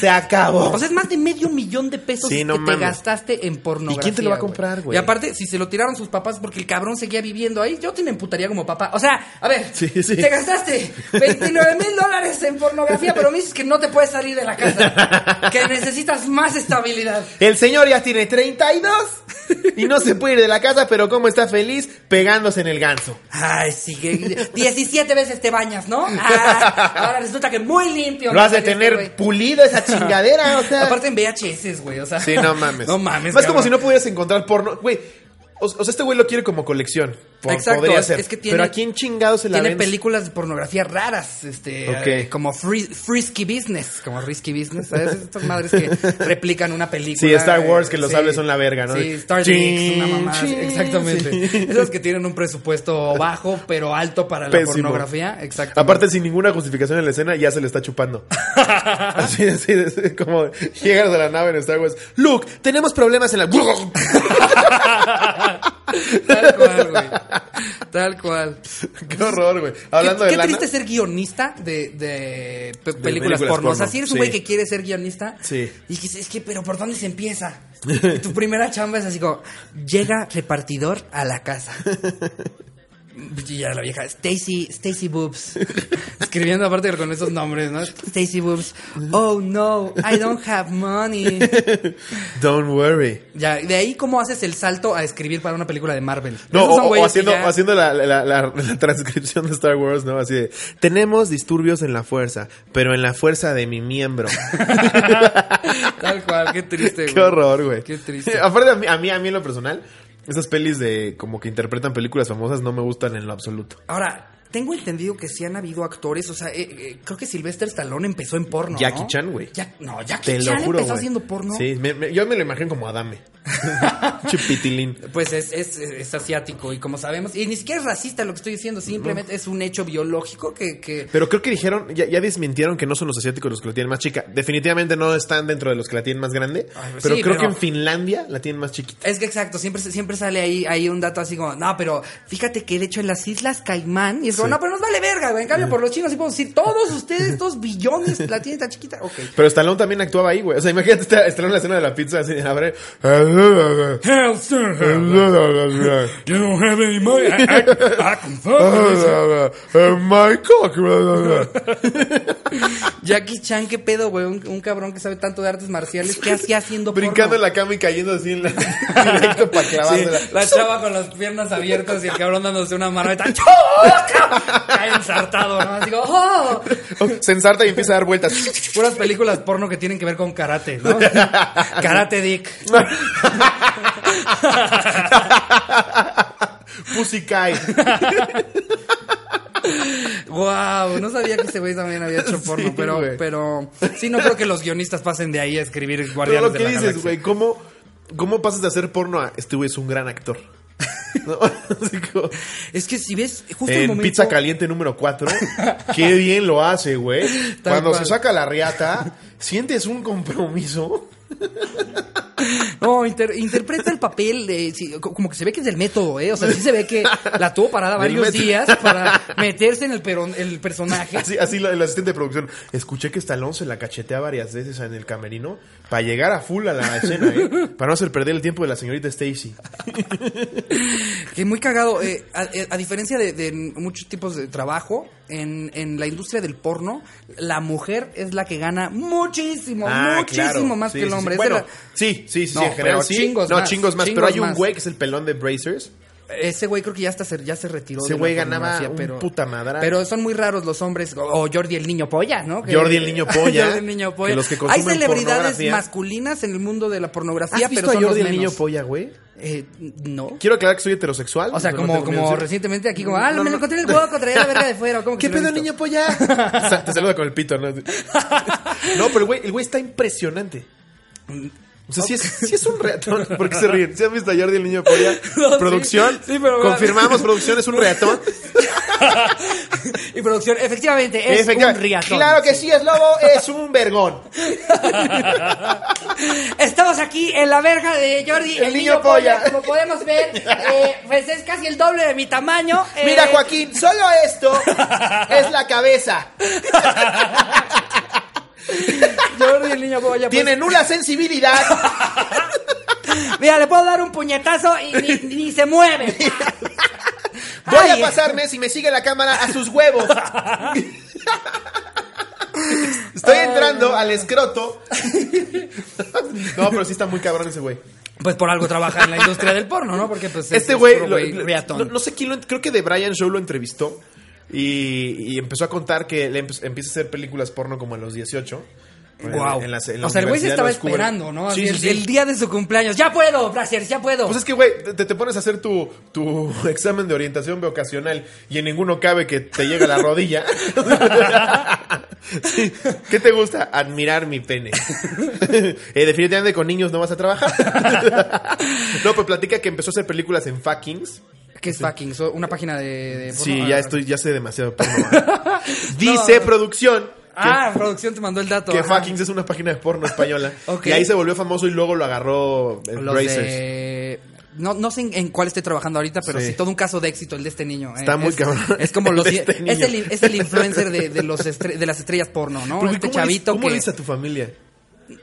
Se acabó.
O sea, es más de medio millón de pesos
Sí, no
que
mames.
te gastaste en pornografía.
¿Y quién te lo va a comprar, güey?
Y aparte, si se lo tiraron sus papás porque el cabrón seguía viviendo ahí, yo te me emputaría como papá. O sea, a ver,
Sí, sí.
te gastaste 29 mil dólares en pornografía, pero me dices que no te puedes salir de la casa. Que necesitas más estabilidad.
El señor ya tiene 32 y no se puede ir de la casa, pero cómo está feliz pegándose en el ganso.
Ay, sí, que 17 veces te bañas, ¿no? Ah, ahora resulta que muy limpio.
Lo has de
Este
tener
güey.
pulido esa chingadera, o sea.
Aparte en VHS, güey, o sea.
Sí, no mames.
No mames.
Más como
cabrón.
si no pudieras encontrar porno. Güey, o, o sea, este güey lo quiere como colección. Por-
Exacto,
podría
es-
ser.
es que tiene-
Pero ¿a quién chingado se la
Tiene
vende?
películas de pornografía raras, este,
Ok.
eh, como free, Frisky Business, como Risky Business, ¿sabes? Estas madres que replican una película.
Sí, Star Wars,
eh,
que los
sí.
hables son la verga, ¿no?
Sí, Star
Chin,
Trek, una mamá,
chin,
exactamente.
sí.
Esas que tienen un presupuesto bajo, pero alto para la
Pésimo.
pornografía, exacto.
Aparte, sin ninguna justificación en la escena, ya se le está chupando. así, así, así, como llegas a la nave en Star Wars. Luke, tenemos problemas en la.
Tal cual, güey. Tal cual.
Qué horror, güey. Hablando
qué,
de
qué
lana.
triste ser guionista de, de pe- películas,
películas
porno. O sea,
porno,
si eres
sí.
un güey que quiere ser guionista,
Sí.
y dices, es que, pero ¿por dónde se empieza? Y tu primera chamba es así como, llega repartidor a la casa. Y ya la vieja, Stacy, Stacy Boobs. Escribiendo aparte con esos nombres, ¿no? Stacy Boobs. Oh no, I don't have money.
Don't worry.
Ya, de ahí cómo haces el salto a escribir para una película de Marvel.
No,
Esos son
o- o,
güeyes que
haciendo,
ya-
o haciendo la, la- la- la transcripción de Star Wars, ¿no? Así de, tenemos disturbios en la fuerza, pero en la fuerza de mi miembro.
Tal cual, Ah, qué triste, güey.
Qué horror, güey.
Qué triste.
Aparte, a mí, a mí, a mí en lo personal, esas pelis de como que interpretan películas famosas no me gustan en lo absoluto.
Ahora, tengo entendido que sí han habido actores, o sea, eh, eh, creo que Sylvester Stallone empezó en porno. ¿no?
Jackie Chan, güey.
Jack- no, Jackie
Te
Chan
lo juro,
empezó
güey.
haciendo porno.
Sí, me- me- yo me lo imagino como Adame. Chupitilín.
Pues es, es, es asiático y como sabemos, y ni siquiera es racista lo que estoy diciendo, simplemente es un hecho biológico que... que
Pero creo que dijeron, ya, ya desmintieron que no son los asiáticos los que la tienen más chica. Definitivamente no están dentro de los que la tienen más grande.
Ay, pues
pero
sí,
creo que
pero-
en Finlandia la tienen más chiquita.
es que exacto, siempre, se- siempre sale ahí, ahí un dato así como, no, pero fíjate que de hecho en las Islas Caimán, y es como,
Sí.
no, pero nos vale verga, güey, en cambio por los chinos sí podemos decir, todos ustedes, dos billones, la tienen tan chiquita, ok.
Pero Stallone también actuaba ahí, güey. O sea, imagínate esta- Stallone en la escena de la pizza así, abre.
Hell, sir, hell. You don't have any money. I, I, I can fuck with you.
My cock.
Jackie Chan, qué pedo, güey. Un, un cabrón que sabe tanto de artes marciales. ¿Qué hacía haciendo
Brincando en
porno?
la cama y cayendo así en la directo para clavársela.
Sí, la chava con las piernas abiertas y el cabrón dándose una marreta. ¡Choca! Cae ensartado, ¿no? Así como, ¡oh!
Se ensarta y empieza a dar vueltas.
Puras películas porno que tienen que ver con karate, ¿no? karate Dick.
Pussy Kai.
Wow, no sabía que ese güey también había hecho porno,
Sí,
pero,
güey.
pero sí, no creo que los guionistas pasen de ahí a escribir
Pero
guardianes
lo
de
que
la
dices,
Galaxia.
güey, ¿cómo, ¿cómo pasas de hacer porno a este güey es un gran actor? ¿No? Así como-
Es que si ves, justo el
En
momento.
pizza caliente número 4. Qué bien lo hace, güey.
Tal
Cuando se
cual.
saca la riata, sientes un compromiso.
No, inter- interpreta el papel, de, sí, co- como que se ve que es del método, ¿eh? O sea, sí se ve que la tuvo parada
Del
varios
método.
días para meterse en el, peron- el personaje.
Así, así la- el asistente de producción. Escuché que Stallone se la cachetea varias veces en el camerino para llegar a full a la escena, ¿eh? Para no hacer perder el tiempo de la señorita Stacy.
Que muy cagado. eh, a, eh, a diferencia de, de muchos tipos de trabajo, en, en la industria del porno, la mujer es la que gana muchísimo, muchísimo más
Ah, Sí,
que el
sí, sí.
hombre. Esa
Bueno,
es la-
sí, sí, sí, sí,
No,
en general
pero
sí.
chingos
no,
más,
chingos más.
chingos
pero hay un
más.
güey que es el pelón de Brazers.
Ese güey creo que ya hasta se, ya se retiró.
Ese
de la
güey ganaba
pornografía,
un puta madral.
Pero son muy raros los hombres. O o Jordi el niño polla, ¿no? Que-
Jordi el niño polla.
Jordi el niño polla.
Que los que
Hay
consumen
celebridades
pornografía-
masculinas en el mundo de la
¿Has
pornografía,
visto
pero
a
son
Jordi
los
el niño
menos.
polla, güey?
Eh, no.
Quiero aclarar que soy heterosexual.
O sea,
no
como,
tengo miedo
como
de decir-
recientemente aquí, como, ah,
No,
me
no.
lo encontré en el hueco, traía la verga de fuera. ¿Cómo que
¿Qué
no lo he
pedo,
visto?
niño polla? O sea, te saluda con el pito, ¿no? No, pero el güey, el güey está impresionante. O sea, sí es, sí es un reatón. ¿Por qué se ríen? ¿Sí han visto a Jordi el niño polla?
No, sí.
¿Producción?
Sí, pero-
Confirmamos, producción es un reatón.
y producción, efectivamente, es
Efectivamente.
un riatón.
Claro que sí, es lobo, es un vergón.
Estamos aquí en la verga de Jordi, el, niño, polla. Como podemos ver, eh, pues es casi el doble de mi tamaño. eh,
Mira, Joaquín, solo esto es la cabeza.
Jordi, el niño polla. pues,
Tiene nula sensibilidad.
Mira, le puedo dar un puñetazo y ni, ni se mueve.
Voy
Ay.
a pasarme, si me sigue la cámara, a sus huevos.
Estoy entrando al escroto. No, pero sí está muy cabrón ese güey.
Pues por algo trabaja en la industria del porno, ¿no? Porque pues es-
Este
es
güey,
puro
lo- lo-
riatón.
no, no sé quién lo, creo que de Brian Show lo entrevistó y, y empezó a contar que le empe- empieza a hacer películas porno como a los 18.
Wow.
En las- en la
o sea, el güey se
universidad
estaba
los cubre.
esperando, ¿no? Así
Sí, sí,
el,
sí.
el día de su cumpleaños. Ya puedo, Brasier, ya puedo.
Pues es que, güey, te, te pones a hacer tu, tu examen de orientación vocacional y en ninguno cabe que te llegue a la rodilla. Sí. ¿Qué te gusta? Admirar mi pene. Eh, definitivamente con niños no vas a trabajar. no, pues platica que empezó a hacer películas en fuckings.
¿Qué es fucking? So- Una página de, de porno.
Sí,
Ah,
ya estoy, ya sé demasiado porno. ¿verdad? Dice producción
Ah, producción te mandó el dato.
que
Ajá.
Fuckings es una página de porno española.
Ok.
Y ahí se volvió famoso y luego lo agarró eh,
Los
Brazers.
de- No, no sé en, en cuál estoy trabajando ahorita, pero sí.
Sí.
todo un caso de éxito el de este niño. eh.
Está muy
es,
cabrón.
Es como
El
los.
de este
es, el,
niño.
es el influencer de, de los estre- de las estrellas porno, ¿no?
Porque
este
¿cómo le-
chavito
¿Cómo
que.
le dices a tu familia?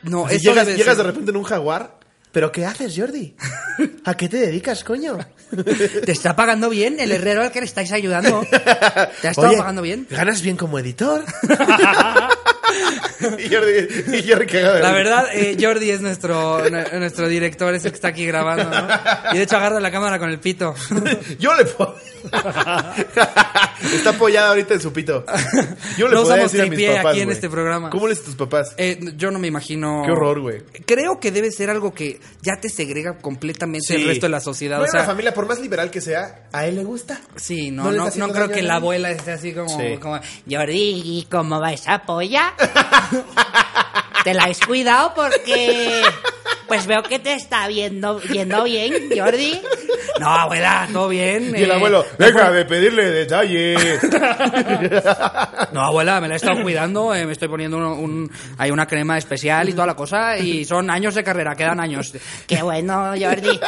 no,
Si
eso
llegas,
debe
llegas de
ser-
repente en un jaguar.
¿Pero qué haces, Jordi? ¿A qué te dedicas, coño?
Te está pagando bien el herrero al que le estáis ayudando. Te ha estado
Oye,
pagando bien.
¿Ganas bien como editor?
Y Jordi, y Jordi cagado de
La
risa.
verdad, eh, Jordi es nuestro, nu- nuestro director, es el que está aquí grabando, ¿no? Y de hecho agarra la cámara con el pito.
Yo le puedo. Está apoyada ahorita en su pito. Yo le
No
podría
usamos
decir a mis
tripié
papás.
aquí en
güey.
este programa.
¿Cómo le dices a tus papás?
Eh, yo no me imagino.
Qué horror, güey.
Creo que debe ser algo que ya te segrega completamente
Sí.
el resto de la sociedad.
No
o
hay
sea,
una familia, por más liberal que sea, a él le gusta.
sí, no,
no le
no,
está
no
haciendo
creo
daño
que
a
la
nadie.
abuela esté así como,
Sí.
como,
Jordi, ¿y cómo va esa polla? Te la has cuidado porque pues veo que te está viendo yendo bien, Jordi.
no, abuela, todo bien.
Y el
eh,
abuelo, deja de pedirle detalles.
No, abuela, me la he estado cuidando, eh, me estoy poniendo un, un- hay una crema especial y toda la cosa, y son años de carrera, quedan años.
Qué bueno, Jordi.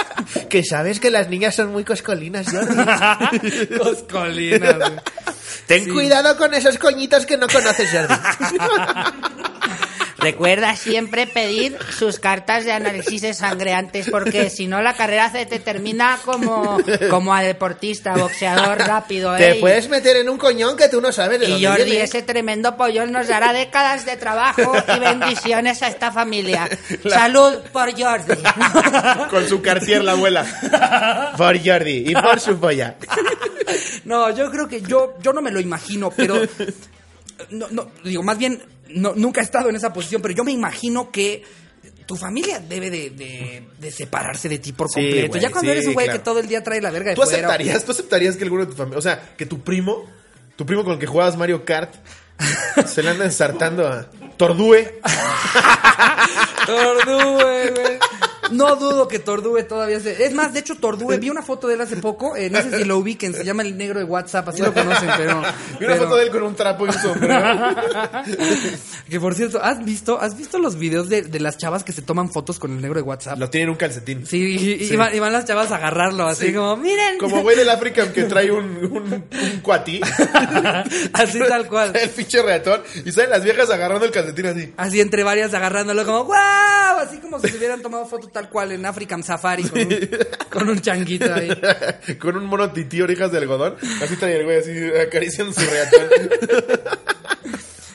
Que sabes que las niñas son muy coscolinas, Jordi.
Dos colinas. güey.
Ten
Sí.
cuidado con esos coñitos que no conoces, Jordi.
Recuerda siempre pedir sus cartas de análisis sangreantes porque si no la carrera se te termina como, como a deportista, boxeador rápido.
Te
¿eh?
puedes meter en un coñón que tú no sabes de
Y
dónde
Jordi,
viene.
ese tremendo pollón nos dará décadas de trabajo y bendiciones a esta familia. Salud por Jordi.
Con su cartier, la abuela. Por Jordi y por su polla.
No, yo creo que yo, yo no me lo imagino, pero. No, no, digo, más bien, no, nunca he estado en esa posición, pero yo me imagino que tu familia debe de, de- de separarse de ti por
Sí,
completo.
güey,
ya cuando
sí,
eres un güey
claro.
que todo el día trae la verga de
¿Tú
fuera,
aceptarías, ¿Tú aceptarías que alguno de tu familia, o sea, que tu primo, tu primo con el que jugabas Mario Kart, se le anda ensartando a Tordue?
Tordue, güey. No dudo que Tordue todavía se... Es más, de hecho, Tordue, vi una foto de él hace poco, eh, no sé si lo ubiquen, se llama el negro de WhatsApp, así lo conocen, pero...
Vi una
pero-
foto de él con un trapo y un sombrero.
Que por cierto, ¿has visto, has visto los videos de, de las chavas que se toman fotos con el negro de WhatsApp?
Lo tiene en un calcetín.
Sí, y, y- y van, y van las chavas a agarrarlo, así
Sí.
como, miren.
Como güey del África que trae un, un, un cuatí.
así tal cual.
El pinche reatón. Y salen las viejas agarrando el calcetín así.
Así entre varias agarrándolo como ¡guau! Así como si se hubieran tomado foto tal cual en African Safari con un, con un changuito ahí.
Con un mono tití orejas de algodón. Así trae el güey así acariciando su reatón.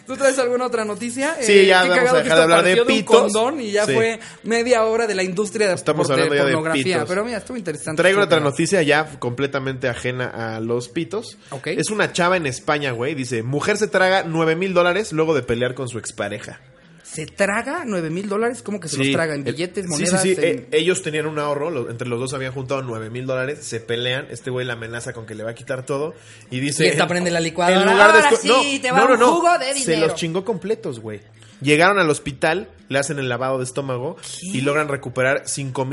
¿Tú traes alguna otra noticia? Eh,
Sí, ya
qué
vamos
cagado
a dejar
que
de
esto
hablar de
partió un
pitos.
condón y ya
Sí.
fue media hora de la industria de
Estamos
por-
hablando ya de
pornografía.
pitos.
Pero mira, estuvo interesante.
Traigo
Estuvo
otra
cagado.
noticia ya completamente ajena a los pitos.
Ok.
Es una chava en España, güey. Dice, mujer se traga 9 mil dólares luego de pelear con su expareja.
¿Se traga 9 mil dólares? ¿Cómo que se los
Sí.
traga? ¿En
El-
billetes,
sí,
monedas?
Sí, sí,
en-
Eh, ellos tenían un ahorro, lo- entre los dos habían juntado 9 mil dólares, se pelean, este güey la amenaza con que le va a quitar todo y dice...
Y esta prende la licuadora.
En lugar de
Ahora
esco-
sí,
no,
te va
no, no,
un
no,
jugo de
Se
dinero.
los chingó completos, güey. Llegaron al hospital, le hacen el lavado de estómago y logran recuperar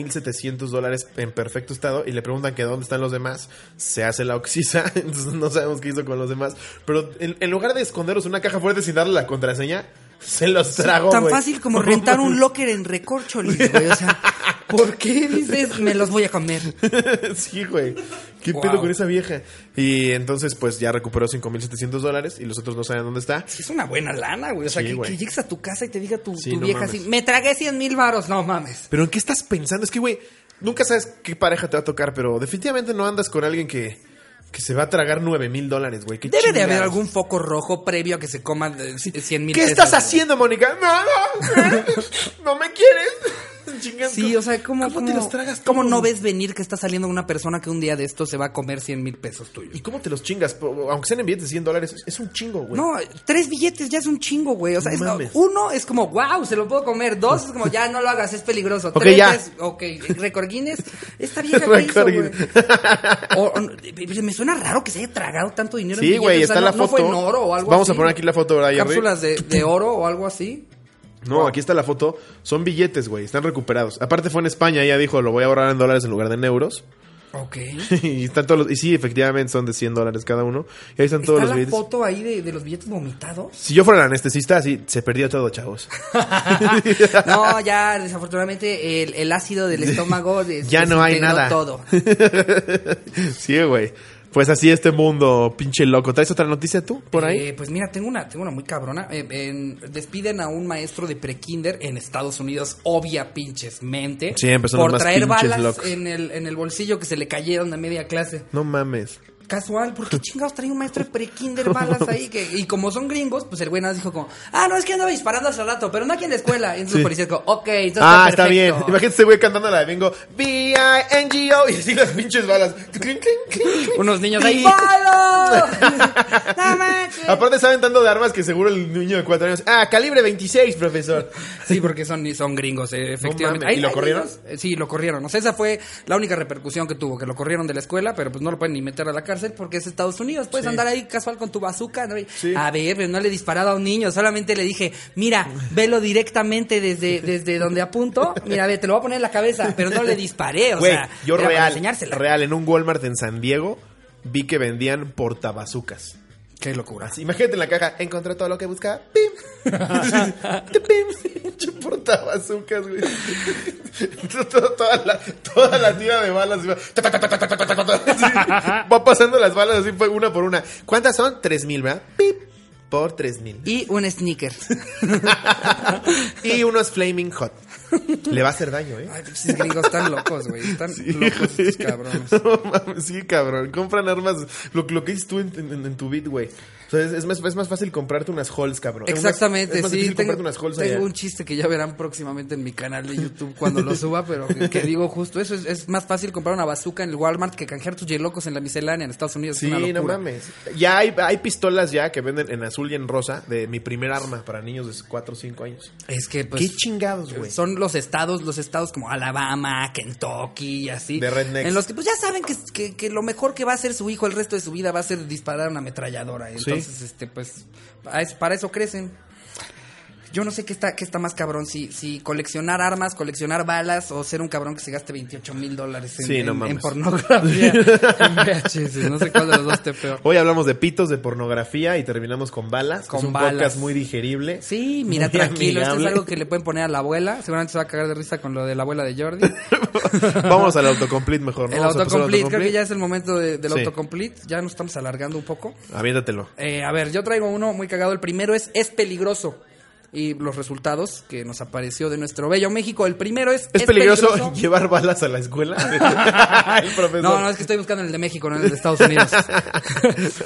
5.700 dólares en perfecto estado y le preguntan que dónde están los demás. Se hace la oxisa, entonces no sabemos qué hizo con los demás. Pero en, en lugar de esconderlos en una caja fuerte sin darle la contraseña, se los trago,
Tan
güey.
fácil como
No
rentar
mames.
un locker en Recorcholis, güey. O sea, ¿por qué dices me los voy a comer?
sí, güey. ¿Qué
Wow.
pedo con esa vieja? Y entonces, pues ya recuperó 5.700 dólares y los otros no saben dónde está.
Sí, Es una buena lana, güey. O sea,
Sí,
que,
güey.
que llegues a tu casa y te diga tu,
Sí,
tu
no
vieja
mames.
así, me tragué 100 mil varos. No mames.
¿Pero en qué estás pensando? Es que, güey, nunca sabes qué pareja te va a tocar, pero definitivamente no andas con alguien que, que se va a tragar 9.000 dólares, güey. ¿Qué
Debe de
chingados?
haber algún foco rojo previo a que se coman eh, 100 mil
¿Qué estás haciendo, Mónica? Nada. ¿No me quieres? Chingas,
Sí, o sea, ¿cómo,
¿Cómo, te los tragas?
¿Cómo
todos?
no ves venir que está saliendo una persona que un día de esto se va a comer 100 mil pesos tuyos?
¿Y cómo te los chingas? Po- Aunque sean en billetes de 100 dólares, es- es un chingo, güey.
No, tres billetes ya es un chingo, güey. O sea,
No
es-
mames.
uno es como, wow, se lo puedo comer. Dos es como, ya no lo hagas, es peligroso.
Ok,
tres
ya.
es, ok, récord Guinness. Esta vieja que hizo,
Récord
güey.
Guinness.
O- o- me suena raro que se haya tragado tanto dinero. en
Sí,
billetes.
güey,
O sea,
está
no-
la
no
foto.
fue en oro o algo
Vamos a
así.
poner aquí la foto, ¿verdad, Jerry?
Cápsulas de, de oro o algo así.
No, aquí está la foto. Son billetes, güey. Están recuperados. Aparte fue en España. Ella dijo, lo voy a ahorrar en dólares en lugar de en euros.
Ok.
y están todos los... Y sí, efectivamente son de 100 dólares cada uno. Y ahí están todos
¿Está
los
la
billetes.
foto ahí de, de los billetes vomitados?
Si yo fuera el anestesista, así se perdió todo, chavos.
No, ya desafortunadamente el, el ácido del estómago des-
Ya no hay
desintegró
nada.
todo.
sí, güey. Pues así este mundo, pinche loco. ¿Traes otra noticia tú por ahí?
Eh, pues mira, tengo una, tengo una muy cabrona. Eh, en- despiden a un maestro de prekinder en Estados Unidos, obvia pinches mente.
Siempre son los
por
más
traer
pinches
balas
locos.
en el, en el bolsillo que se le cayeron a media clase.
No mames.
Casual, ¿por qué chingados trae un maestro de prekinder balas ahí? Que, y como son gringos, pues el güey nada más dijo como, ah, no, es que andaba disparando hace rato, pero no aquí en la escuela. Y entonces
Sí.
el policía dijo, ok, entonces
ah,
está,
está bien.
perfecto".
Imagínate ese güey cantando la de Bingo. B-I-N-G-O. Y así las pinches balas. Clink, clink, clink.
Unos niños ahí,
Sí.
¡Palo! ¡No manches!
Aparte saben tanto de armas que seguro el niño de cuatro años. Ah, calibre 26, profesor.
Sí, porque son, son gringos, eh, efectivamente.
mames, ¿y
Ahí-
lo
ahí
corrieron?
ellos, eh, Sí, lo corrieron. O sea, esa fue la única repercusión que tuvo, que lo corrieron de la escuela, pero pues no lo pueden ni meter a la cárcel porque es Estados Unidos. Puedes andar ahí casual con tu bazooka. ¿no? Y,
Sí.
A ver, pero no le he disparado a un niño, solamente le dije, mira, velo directamente desde, desde donde apunto. Mira, a ver, te lo voy a poner en la cabeza, pero no le disparé. O
Güey,
sea,
yo
era para
real,
enseñársela.
real, en un Walmart en San Diego vi que vendían portabazucas.
Qué locura.
Así, imagínate en la caja, encontré todo lo que buscaba. ¡Pim! ¡Pim! Yo portabazucas, güey. Entonces, todo- toda, la, toda la tira de balas. iba, ta, ta, ta, ta, ta, ta, ta, ta, ta, así. va pasando las balas así, fue una por una. ¿Cuántas son? 3.000, ¿verdad? ¡Pim! Por 3.000.
Y un sneaker.
Y unos Flaming Hot. Le va a hacer daño, ¿eh?
Ay, pinches gringos están locos, güey. Están locos estos cabrones.
No mames, sí, cabrón. Compran armas. Lo, lo que dices tú en, en- en tu bit, güey. O sea, es, es más, es más fácil comprarte unas halls, cabrón. Es más-
Exactamente,
es más
sí.
difícil
Tengo,
comprarte unas halls
tengo
allá.
un chiste que ya verán próximamente en mi canal de YouTube cuando lo suba, pero que, que digo justo eso. Es, es más fácil comprar una bazooka en el Walmart que canjear tus yelocos en la miscelánea en Estados Unidos. es
Sí,
una
no
locura.
mames. Ya hay, hay pistolas ya que venden en azul y en rosa de mi primer arma para niños de 4 o 5 años.
Es que, pues.
Qué chingados, güey.
Son los estados, los estados como Alabama, Kentucky y así.
De rednecks.
En los que pues ya saben que, que, que lo mejor que va a hacer su hijo el resto de su vida va a ser disparar una ametralladora. Entonces, este, pues, a es- para eso crecen. Yo no sé qué está, qué está más cabrón, si, si coleccionar armas, coleccionar balas o ser un cabrón que se gaste 28 mil dólares en,
Sí, no
en- en
mames.
pornografía. en VHS, no sé cuál de los dos esté peor.
Hoy hablamos de pitos, de pornografía y terminamos con balas. que
Con
es un
balas.
podcast muy digerible.
Sí, mira,
Muy
tranquilo, esto es
amigable.
algo que le pueden poner a la abuela. Seguramente se va a cagar de risa con lo de la abuela de Jordi.
Vamos al autocomplete mejor, ¿no?
El
Vamos a pasar al
autocomplete, creo que
autocomplete.
ya es el momento de- del
Sí.
autocomplete. Ya nos estamos alargando un poco.
Aviéntatelo.
Eh, a ver, yo traigo uno muy cagado. El primero es Es peligroso. Y los resultados que nos apareció de nuestro bello México. El primero es
¿Es, peligroso, llevar balas a la escuela? el profesor.
No, no, es que estoy buscando el de México, no el de Estados Unidos.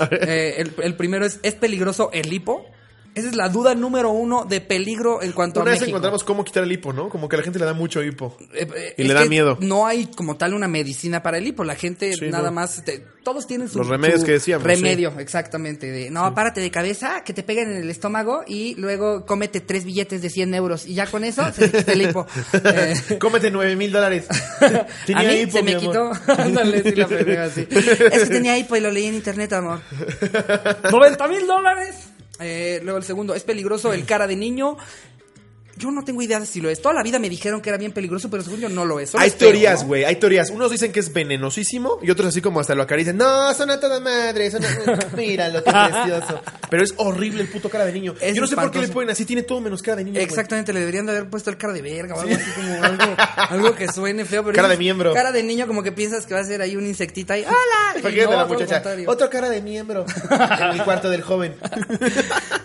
Eh, el, el primero es, ¿es peligroso el hipo? Esa es la duda número uno de peligro en cuanto
Una
a
vez
México.
encontramos cómo quitar el hipo, ¿no? Como que a la gente le da mucho hipo.
Eh, eh,
Y
es
le da
que
miedo.
No hay como tal una medicina para el hipo. La gente
Sí,
nada
no.
más. te- todos tienen su.
Los remedios
su
que decíamos,
Remedio, exactamente. de, no, párate de cabeza, que te peguen en el estómago y luego cómete tres billetes de 100 euros. Y ya con eso se te quita el hipo. Eh,
Cómete 9 mil dólares.
a mí se me
mi
quitó.
amor.
Ándale, sí, la pendeja, sí. Es que tenía hipo y lo leí en internet, amor. ¡90 mil dólares! Eh, luego el segundo, es peligroso el cara de niño. Yo no tengo idea de si lo es. Toda la vida me dijeron que era bien peligroso, pero según yo no lo es. Solo
Hay
es feo,
teorías,
¿no?
güey, hay teorías. Unos dicen que es venenosísimo y otros así como hasta lo acarician. No, son a toda madre, son a- Míralo, qué precioso. Pero es horrible el puto cara de niño.
Es
Yo no sé por qué
espantoso.
le ponen así, tiene todo menos cara de niño. güey.
Exactamente, le deberían de haber puesto el cara de verga o algo así como algo, algo que suene feo. Pero
Cara
dices,
de miembro.
Cara de niño, como que piensas que va a ser ahí un insectita y ¡Hola! Y
Imagínate
no, todo
la
lo
muchacha.
contrario.
Otro cara de miembro en el cuarto del joven.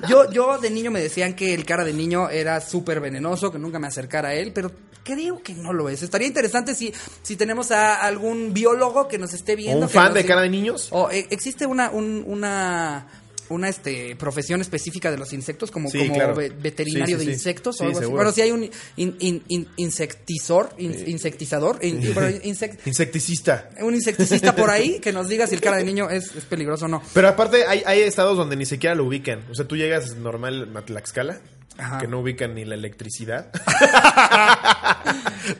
Yo, yo de niño me decían que el cara de niño era súper venenoso, que nunca me acercara a él, pero ¿qué digo que no lo es? Estaría interesante si, si tenemos a algún biólogo que nos esté
¿O
viendo.
un
que
fan
nos
de
diga-
cara de niños?
O eh, existe una, un- una, una este, profesión específica de los insectos, como,
Sí,
como
claro.
ve- veterinario
Sí, sí,
de
sí.
insectos
Sí,
o algo así.
seguro.
Bueno, sí hay un in- in- in- insectizor, in- insectizador, in- pero insect-
Insecticista.
un insecticista por ahí que nos diga si el cara de niño es, es peligroso o no.
Pero aparte hay, hay estados donde ni siquiera lo ubican. O sea, tú llegas normal a Tlaxcala,
Ajá.
que no ubican ni la electricidad.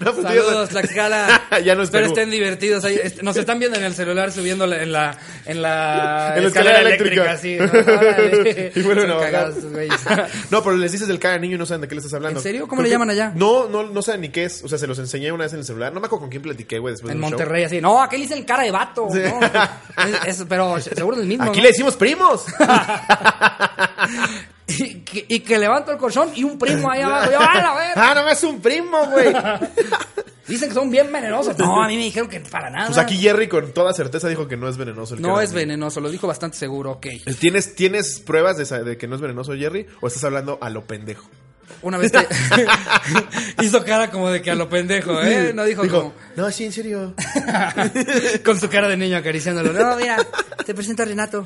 No, pues, tú ya
Saludos,
sabes.
Tlaxcala.
ya no es
Pero
Perú.
estén divertidos. ahí. Est- Nos están viendo en el celular subiendo la- en la, en la,
En la escalera eléctrica.
sí, ¿no? Órale.
Y vuelven
Son
a bajar.
cagados estos güeyes.
No, pero les dices del cara de niño y no saben de qué les estás hablando.
¿En serio? ¿Cómo
Creo
le
que-
llaman allá?
No, no, no saben ni qué es. O sea, se los enseñé una vez en el celular. No me acuerdo con quién platiqué, güey, después
En
del Pues, show.
Monterrey, así. No, aquel hice el cara de vato.
Sí.
¿no? Es- es- pero seguro es el mismo.
Aquí
¿no?
le decimos primos.
y, que, y que levanto el colchón y un primo ahí abajo. Yo, "A la verga".
ah, no, es un primo, güey.
Dicen que son bien venenosos. No, a mí me dijeron que para nada.
Pues aquí Jerry con toda certeza dijo que no es venenoso el
no
cara de
es
niño.
venenoso, lo dijo bastante seguro, ok.
¿Tienes, ¿Tienes pruebas de, esa- de que no es venenoso Jerry o estás hablando a lo pendejo?
Una vez que hizo cara como de que a lo pendejo, ¿eh? No dijo, como-
no, sí, en serio.
Con su cara de niño acariciándolo. No, mira, te presento a Renato.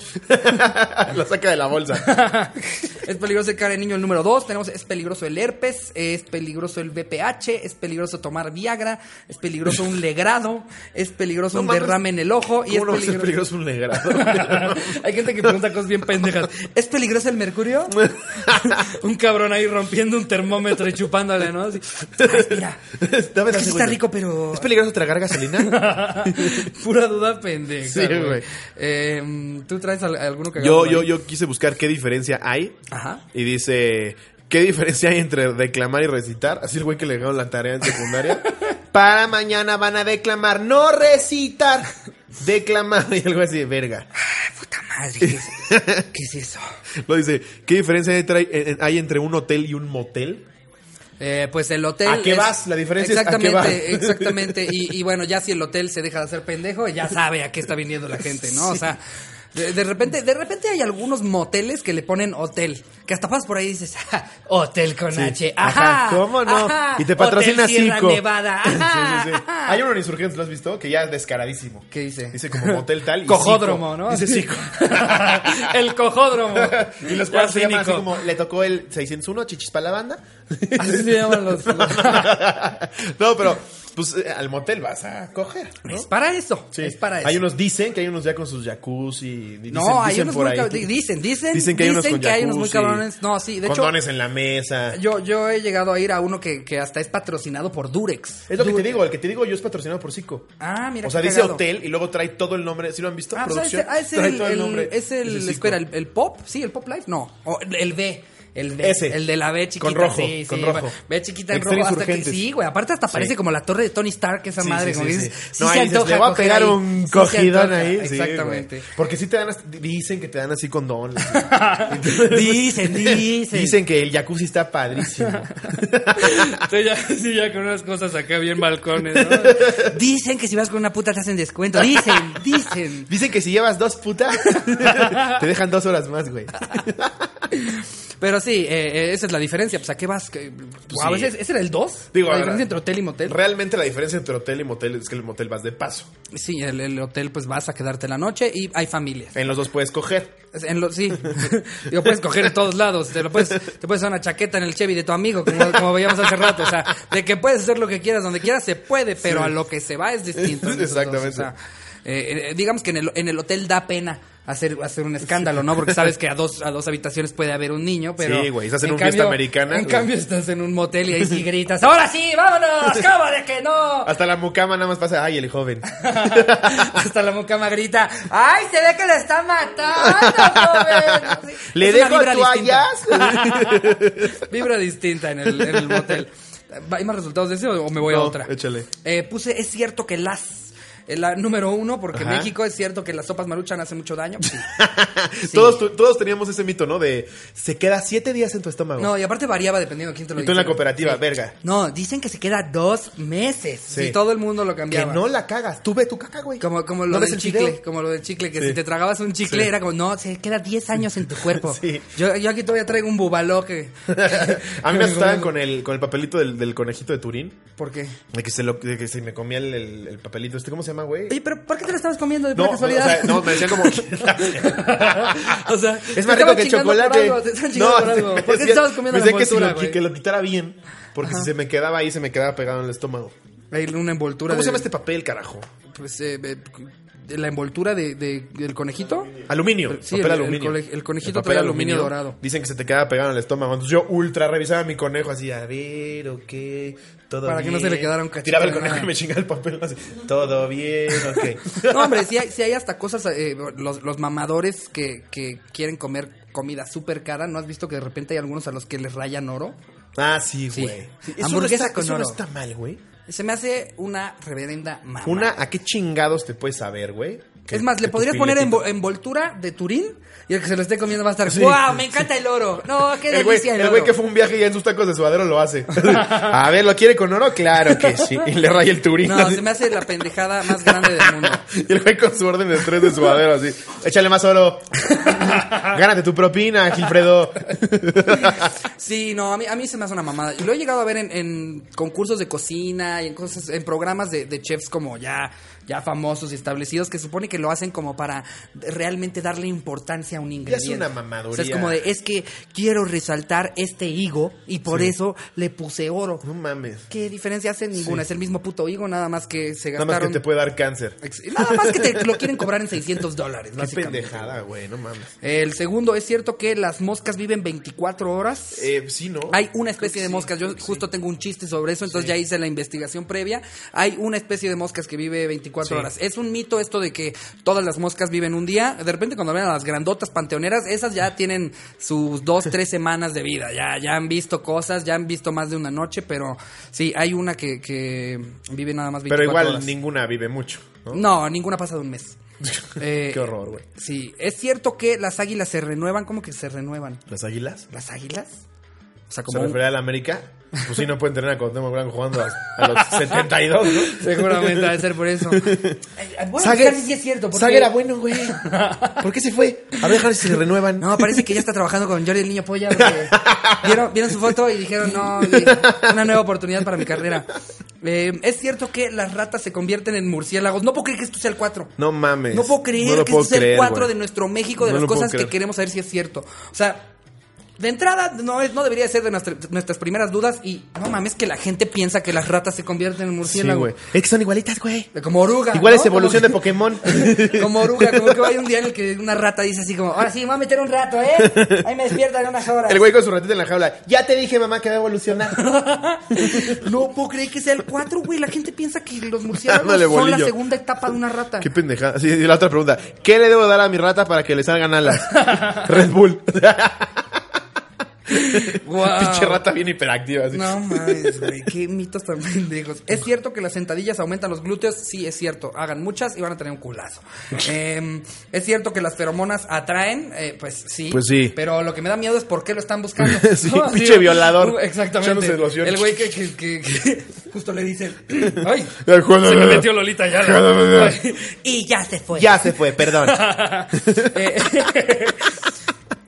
lo saca de la bolsa.
es peligroso el cara de niño el número 2. Tenemos es peligroso el herpes, es peligroso el VPH, es peligroso tomar Viagra, es peligroso un legrado, es peligroso
No
un
mames.
derrame en el ojo y es
¿Cómo no va a ser
peligroso.
peligroso un legrado?
Hay gente que pregunta cosas bien pendejas. ¿Es peligroso el mercurio? un cabrón ahí rompiendo un termómetro y chupándole, ¿no? Así, "Ay, mira,
Dame dos
sí está
segundos.
rico, pero
¿Es peligroso tragar gasolina?
Pura duda pendeja.
Sí,
güey.
güey.
Eh, ¿Tú traes al- alguno que
Yo, yo, yo quise buscar qué diferencia hay.
Ajá.
Y dice, ¿qué diferencia hay entre declamar y recitar? Así el güey que le dejaron la tarea en secundaria. Para mañana van a declamar, no recitar. Declamar y algo así de verga.
Puta madre, ¿qué es, qué es eso?
Lo dice, ¿qué diferencia hay tra- en- en- hay entre un hotel y un motel?
Eh, pues el hotel.
¿A qué vas? La diferencia es a qué
exactamente,
vas.
Exactamente. Y, y bueno, ya si el hotel se deja de hacer pendejo, ya sabe a qué está viniendo la gente, ¿no? O sea. De, de repente, de repente hay algunos moteles que le ponen hotel, que hasta pasas por ahí y dices, "Ah, hotel con H, ajá,
Ajá, ¿cómo no?
ajá,
Y te patrocina
hotel Sierra
Cico.
Nevada, ajá,
Sí, sí, sí.
ajá".
Hay uno en Insurgentes, ¿lo has visto? Que ya es descaradísimo.
¿Qué dice?
Dice como motel tal. y
Cojódromo,
Cico.
¿no?
Dice
Así.
Cico.
el cojódromo.
y los
Ya
cuadros se llaman así
cínico.
como, le tocó el 601, chichis para la banda.
Así se llaman los.
no, pero, pues, eh, al motel vas a coger. ¿no?
Es para eso.
Sí.
Es para eso.
Hay unos dicen que hay unos ya con sus jacuzzi. Dicen,
no, hay
dicen
unos
por
muy
ahí
cab- di- Dicen, dicen.
Dicen que hay unos con
que hay unos muy
jacuzzi,
cabrones. No, sí, de
Condones en la mesa.
hecho. Yo, yo he llegado a ir a uno que, que hasta es patrocinado por Durex.
Es lo que te digo, el que te digo yo es patrocinado por Cico.
Ah, mira
O sea,
qué
dice
cagado.
hotel y luego trae todo el nombre. ¿Sí lo han visto?
Ah, pues, ah, ese-
Producción.
ah, es
Trae
el,
todo el
el-
nombre.
es el,
Dice Cico.
espera, el, el pop, sí, el pop life, no, O el B, el B,
Ese.
el de la B chiquita,
Con rojo,
sí,
con
sí,
rojo.
güey. B chiquita en
Extreme
rojo, hasta que
Insurgentes.
sí, güey, aparte hasta parece como la torre de Tony Stark, esa
Sí,
madre,
sí,
como
sí,
dices,
sí.
sí
No,
se
ahí dices,
antoja
le voy a
coger
pegar
ahí.
un
Sí se
cogidón
antoja,
ahí. Sí, güey.
Exactamente.
Porque sí te dan, hasta- dicen que te dan así condón.
dicen, dicen.
Dicen que el jacuzzi está padrísimo.
Sí ya, sí, ya con unas cosas acá bien balcones, ¿no? Dicen que si vas con una puta te hacen descuento. Dicen, dicen.
Dicen que si llevas dos putas, te dejan dos horas más, güey.
Pero sí, eh, eh, esa es la diferencia. Pues, ¿a qué vas? Que- Guau,
sí.
¿ese, ese era el 2?
Digo,
la
ahora-
diferencia entre hotel y motel.
Realmente la diferencia entre hotel y motel es que el motel vas de paso.
Sí, el, el hotel, pues vas a quedarte la noche y hay familias.
En los dos puedes coger.
En lo- sí, digo, puedes coger en todos lados. Te, lo puedes, te puedes hacer una chaqueta en el Chevy de tu amigo, como, como veíamos hace rato. O sea, de que puedes hacer lo que quieras, donde quieras, se puede, pero a lo que se va es distinto. en esos dos.
Exactamente.
O sea, eh, eh, digamos que en el, en el hotel da pena hacer, hacer un escándalo, ¿no? Porque sabes que a dos, a dos habitaciones puede haber un niño, pero.
Sí, güey, estás en un fiesta americana,
En
güey.
cambio, estás en un motel y ahí sí gritas: ¡Ahora sí, vámonos! ¡Cómo de que no!
Hasta la mucama nada más pasa, ay, el joven.
Hasta la mucama grita, ¡ay, se ve que lo está matando, joven!
¿Le
Es una
dejo
vibra
toallas?
distinta. vibra distinta en el, en el motel. ¿Hay más resultados de ese o me voy a
No,
otra?
échale.
Eh, puse, es cierto que las... eh, La número uno, porque
Ajá.
México es cierto que las sopas maruchan hace mucho daño. Sí.
Todos, tu- todos teníamos ese mito, ¿no? De se queda siete días en tu estómago.
No, y aparte variaba dependiendo de quién te lo
y tú en la
dijera.
cooperativa, verga.
No, dicen que se queda dos meses.
Sí.
Y todo el mundo lo cambiaba.
Que no la cagas. Tú ve tu caca, güey.
Como, como
¿No
lo
ves
del
el
chicle,
video?
como lo del chicle, que
Sí.
si te tragabas un chicle
Sí.
era como, no, se queda 10 años en tu cuerpo.
Sí.
yo, yo aquí todavía traigo un bubaló que...
A mí me asustaban con el, con el papelito del, del conejito de Turín.
¿Por qué?
De que se, lo, de que se me comía el, el- el papelito. Este, ¿Cómo se llama, güey?
Oye, pero ¿por qué te lo estabas comiendo de
No,
pura
o
casualidad?
sea, no, me decían como.
O sea, te
es más rico
estaban
que
chingando por
chocolate.
algo, te estaban chingando por algo. ¿Por
me
qué te
decían-
estabas comiendo
me
la
decían que, si
envoltura,
lo, qui-
güey?
que lo quitara bien. Porque si se me quedaba ahí, se me quedaba pegado en el estómago.
Ahí una envoltura
¿Cómo
de,
se llama este papel, carajo?
pues, eh, eh, de la envoltura de, de- del conejito.
Aluminio.
Sí,
papel
el- el
aluminio.
cole- el conejito trae aluminio dorado.
Dicen que se te queda pegado en el estómago. Entonces yo ultra revisaba mi conejo así, a ver, ok, todo
Para que no
bien.
se le quedara un cachito
Tiraba el
de
conejo
nada.
y me chingaba el papel así, todo bien, ok.
No, hombre, si hay, sí hay hasta cosas, eh, los, los mamadores que, que quieren comer comida súper cara, ¿no has visto que de repente hay algunos a los que les rayan oro?
Ah, sí,
Sí.
güey. Sí, Eso, no
Hamburguesa
está,
con
eso no
oro.
está mal, güey.
Se me hace una reverenda mamá.
Una, ¿a qué chingados te puedes saber, güey? Que-
Es más,
que
le
tu
podrías poner
filetito-
envo- envoltura de Turín y el que se lo esté comiendo va a estar.
Sí.
¡Wow! Me encanta el oro. No, qué
El güey,
delicia el,
el güey
oro.
que fue a un viaje y ya en sus tacos de suadero lo hace. A ver, ¿lo quiere con oro? Claro que sí. Y le raya el turín.
No,
así.
se me hace la pendejada más grande del mundo.
Y el güey con su orden de tres de suadero así. Échale más oro. Gánate tu propina, Gilfredo.
Sí, no, a mí, a mí se me hace una mamada. Y lo he llegado a ver en, en concursos de cocina y en cosas, en programas de, de chefs como ya, ya famosos y establecidos que supone que lo hacen como para realmente darle importancia a un ingrediente.
una mamaduría.
O sea, es como de, es que quiero resaltar este higo y por eso le puse oro.
No mames.
¿Qué diferencia hace? Ninguna. Es el mismo puto higo, nada más que se
Nada
gastaron.
más que te puede dar cáncer.
Ex- Nada más que te lo quieren cobrar en 600 dólares,
Qué
básicamente.
pendejada, güey. No mames.
El segundo, ¿es cierto que las moscas viven 24 horas?
Eh, sí, ¿no?
Hay una especie de moscas, yo justo tengo un chiste sobre eso, entonces ya hice la investigación previa. Hay una especie de moscas que vive 24 horas. Es un mito esto de que todas las moscas viven un día. De repente cuando ven a las grandotas panteoneras, esas ya tienen sus dos, tres semanas de vida. Ya, ya han visto cosas, ya han visto más de una noche, pero sí, hay una que, que vive nada más 24
Pero igual
horas.
ninguna vive mucho, ¿no?
No, ninguna pasa de un mes. Eh,
Qué horror, güey.
Sí, es cierto que las águilas se renuevan, ¿cómo que se renuevan?
¿Las águilas?
¿Las águilas? O sea,
¿Se
como un-
refería a la América? Pues sí, no pueden tener a Cuauhtémoc Blanco jugando a, a los 72, ¿no?
Seguramente debe ser por eso.
Sague- Sague era
bueno, güey.
¿Por qué se fue? A ver, a ver si se renuevan.
No, parece que ya está trabajando con Jordi el Niño Polla. porque Vieron, vieron su foto y dijeron, no, y- una nueva oportunidad para mi carrera. Eh, es cierto que las ratas se convierten en murciélagos. No puedo creer que esto sea el 4.
No mames.
No puedo creer
No lo
que
puedo
esto sea el
creer,
4
güey.
de nuestro México, de
No
las
lo puedo
cosas que
creer.
queremos saber si es cierto. O sea, de entrada no, es- no debería ser de nuestra- nuestras primeras dudas y no mames que la gente piensa que las ratas se convierten en
Sí,
murciélagos.
güey. Es que son igualitas, güey.
Como oruga.
Igual
Ah, ¿no?
es evolución de
Como-
Pokémon.
Como oruga, como que hay un día en el que una rata dice así como, ahora sí, me voy a meter un rato, ¿eh? Ahí me despiertan en unas horas.
El güey con su ratita en la jaula. Ya te dije, mamá, que va a evolucionar.
No puedo creer que sea el 4, güey. La gente piensa que los murciélagos
Ándale,
son la
bolillo.
segunda etapa de una rata.
Qué pendejada. Sí, y la otra pregunta. ¿Qué le debo dar a mi rata para que le salgan alas? Red Bull.
Guau.
Pinche rata bien hiperactiva. así.
No mames, güey, qué mitos tan pendejos. ¿Es cierto que las sentadillas aumentan los glúteos? Sí, es cierto. Hagan muchas y van a tener un culazo. Eh, ¿Es cierto que las feromonas atraen? Eh, pues sí.
Pues sí.
Pero lo que me da miedo es por qué lo están buscando.
Sí, pinche violador.
Exactamente.
Echándose loción.
El güey que, que- que- que justo le dice, ay,
El juego-
se me metió Lolita ya.
Juego-
y ya se fue.
Ya se fue, perdón.
Eh,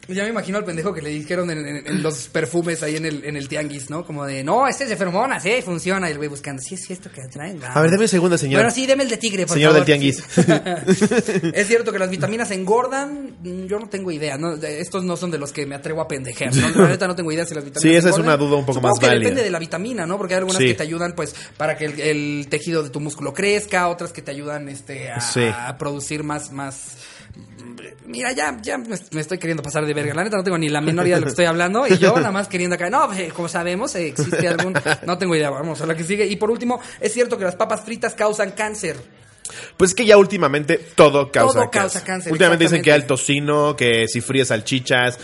Ya me imagino al pendejo que le dijeron en, en- en los perfumes ahí en el, en el tianguis, ¿no? Como de, no, este es de feromonas, ¿eh? Funciona. Y el güey buscando, sí, es cierto que traen.
A ver, deme un segundo, señor.
Bueno, sí, deme el de tigre, por
Señor
favor.
del tianguis.
¿Es cierto que las vitaminas engordan? Mm, Yo no tengo idea. ¿no? De- Estos no son de los que me atrevo a pendejear. ¿no? La neta no tengo idea si las vitaminas
Sí, esa es
engordan.
una duda un poco
Supongo
más
que
válida.
depende de la vitamina, ¿no? Porque hay algunas
Sí.
que te ayudan, pues, para que el, el tejido de tu músculo crezca, otras que te ayudan este, a,
Sí.
a producir más... más Mira, ya, ya me me estoy queriendo pasar de verga. La neta no tengo ni la menor idea de lo que estoy hablando. Y yo nada más queriendo acá. No, pues, eh, como sabemos, eh, existe algún. No tengo idea. Vamos a la que sigue. Y por último, es cierto que las papas fritas causan cáncer.
Pues es que ya últimamente todo causa
Todo
cáncer.
causa cáncer,
últimamente dicen que
exactamente.
el tocino, que si fríes salchichas,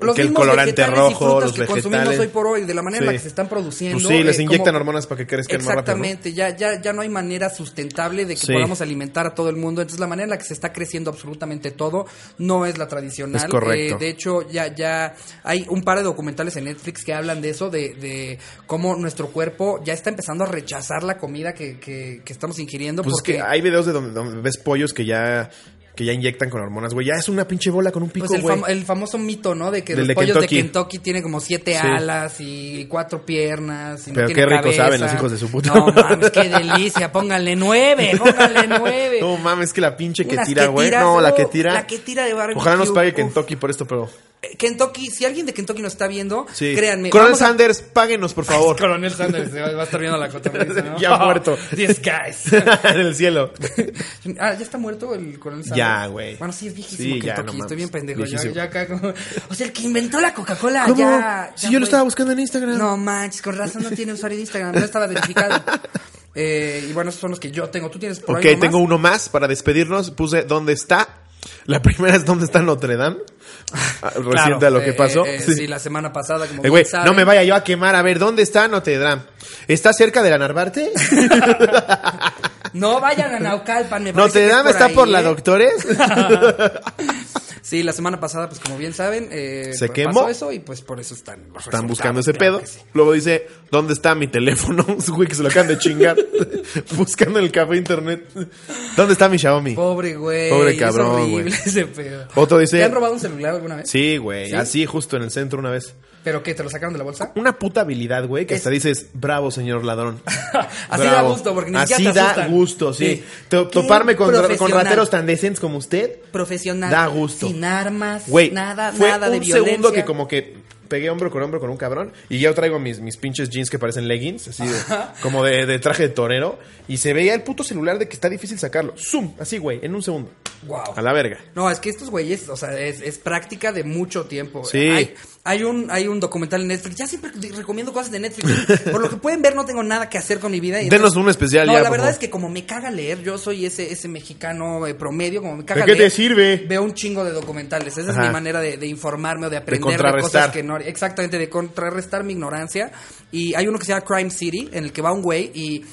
los
que el
mismos
colorante
vegetales y
rojo,
frutas
los
que
vegetales.
consumimos hoy por hoy, de la manera en la
Sí.
que se están produciendo. eh,
Pues sí, les inyectan
como-
hormonas para que crezcan más rápido, ¿no?
Exactamente, ya, ya, ya no hay manera sustentable de que
Sí.
podamos alimentar a todo el mundo. Entonces, la manera en la que se está creciendo absolutamente todo no es la tradicional. Eh,
Es correcto.
de hecho, ya, ya hay un par de documentales en Netflix que hablan de eso, de, de cómo nuestro cuerpo ya está empezando a rechazar la comida que, que- que estamos ingiriendo.
Pues es
porque
que hay videos de donde, donde ves pollos que ya que ya inyectan con hormonas, güey. Ya es una pinche bola con un pico,
Pues el,
güey.
famo- el famoso mito, ¿no? De que
Del
los
de
pollos de
Kentucky.
Kentucky tienen como siete
Sí.
alas y cuatro piernas. y no
Pero
tienen
qué rico
cabeza.
saben los hijos de su puta
No
madre.
mames, qué delicia. Pónganle nueve, pónganle nueve.
No mames, que la pinche que
Unas
tira,
que
güey.
tiras,
No, la
uh,
que tira.
la que tira de barbecue,
Ojalá nos pague
uf.
Kentucky por esto, pero.
Eh, Kentucky, si alguien de Kentucky nos está viendo,
Sí.
créanme.
Coronel
vamos a-
Sanders, páguenos, por favor.
Coronel Sanders, se va va a estar viendo la cotorriza, ¿no?
Ya muerto.
These guys.
en el cielo.
Ah, ya está muerto el coronel Sanders.
Ya, güey.
Bueno, sí, es viejísimo
Sí, ya,
Kentucky.
no mames,
Estoy bien pendejo. Ya,
viejísimo.
ya acá como- O sea, el que inventó la Coca-Cola.
¿Cómo?
Ya,
si
ya
yo lo
fue.
estaba buscando en Instagram.
No manches, con razón no tiene usuario de Instagram, no estaba verificado. Eh, y bueno, esos son los que yo tengo. ¿Tú tienes por
Ok,
ahí uno
tengo
más?
uno más para despedirnos. Puse ¿Dónde está? La primera es ¿Dónde está Notre Dame? Ah, Reciente
Claro.
a lo que
Eh,
pasó.
eh, eh, sí.
Sí.
la semana pasada, como
Eh,
bien
güey,
saben.
no me vaya yo a quemar. A ver, ¿dónde está Notre Dame? ¿Está cerca de la Narvarte?
No vayan a Naucalpan, me parece
¿Notre
que es
Dame está
ahí,
por la
¿eh?
Doctores?
Sí, la semana pasada, pues como bien saben, eh,
Se
pues,
quemó.
pasó eso y pues por eso están. los
Están
resultados,
buscando ese
claro
pedo.
que sí.
Luego dice, ¿dónde está mi teléfono? Güey, que se lo acaban de chingar. buscando en el café internet. ¿Dónde está mi Xiaomi?
Pobre güey.
Pobre
es
cabrón,
horrible
güey.
ese pedo.
Otro dice-
¿Te han robado un celular alguna vez?
Sí, güey.
¿Sí?
Así, justo en el centro una vez.
¿Pero qué? ¿Te lo sacaron de la bolsa?
Una puta habilidad, güey, que
Es-
hasta dices, bravo, señor ladrón.
Así da gusto, porque ni
Así
siquiera te
da
asustan.
gusto, sí.
Sí.
To-
Qué
Toparme con, con
profesional.
rateros tan decentes como usted,
Profesional.
Da gusto.
Sin armas,
güey.
nada,
fue
nada de
un
violencia.
segundo que como que pegué hombro con hombro con un cabrón y ya traigo mis, mis pinches jeans que parecen leggings, así de- como de, de traje de torero. Y se veía el puto celular de que está difícil sacarlo. Zoom, así, güey, en un segundo.
Guau.
A la verga.
No, es que estos güeyes, o sea, es, es práctica de mucho tiempo.
Sí.
Hay, hay un, hay un documental en Netflix. Ya siempre te recomiendo cosas de Netflix. Por lo que pueden ver, no tengo nada que hacer con mi vida. y
Denos
entonces-
un especial
No,
ya,
la
por
verdad
favor.
es que como me caga leer, yo soy ese, ese mexicano eh, promedio, como me
¿De
caga
qué
leer.
te sirve?
Veo un chingo de documentales. Esa es
Ajá.
mi manera de, de informarme o de aprender de,
contrarrestar.
cosas que no. Exactamente, de contrarrestar mi ignorancia. Y hay uno que se llama Crime City, en el que va un güey y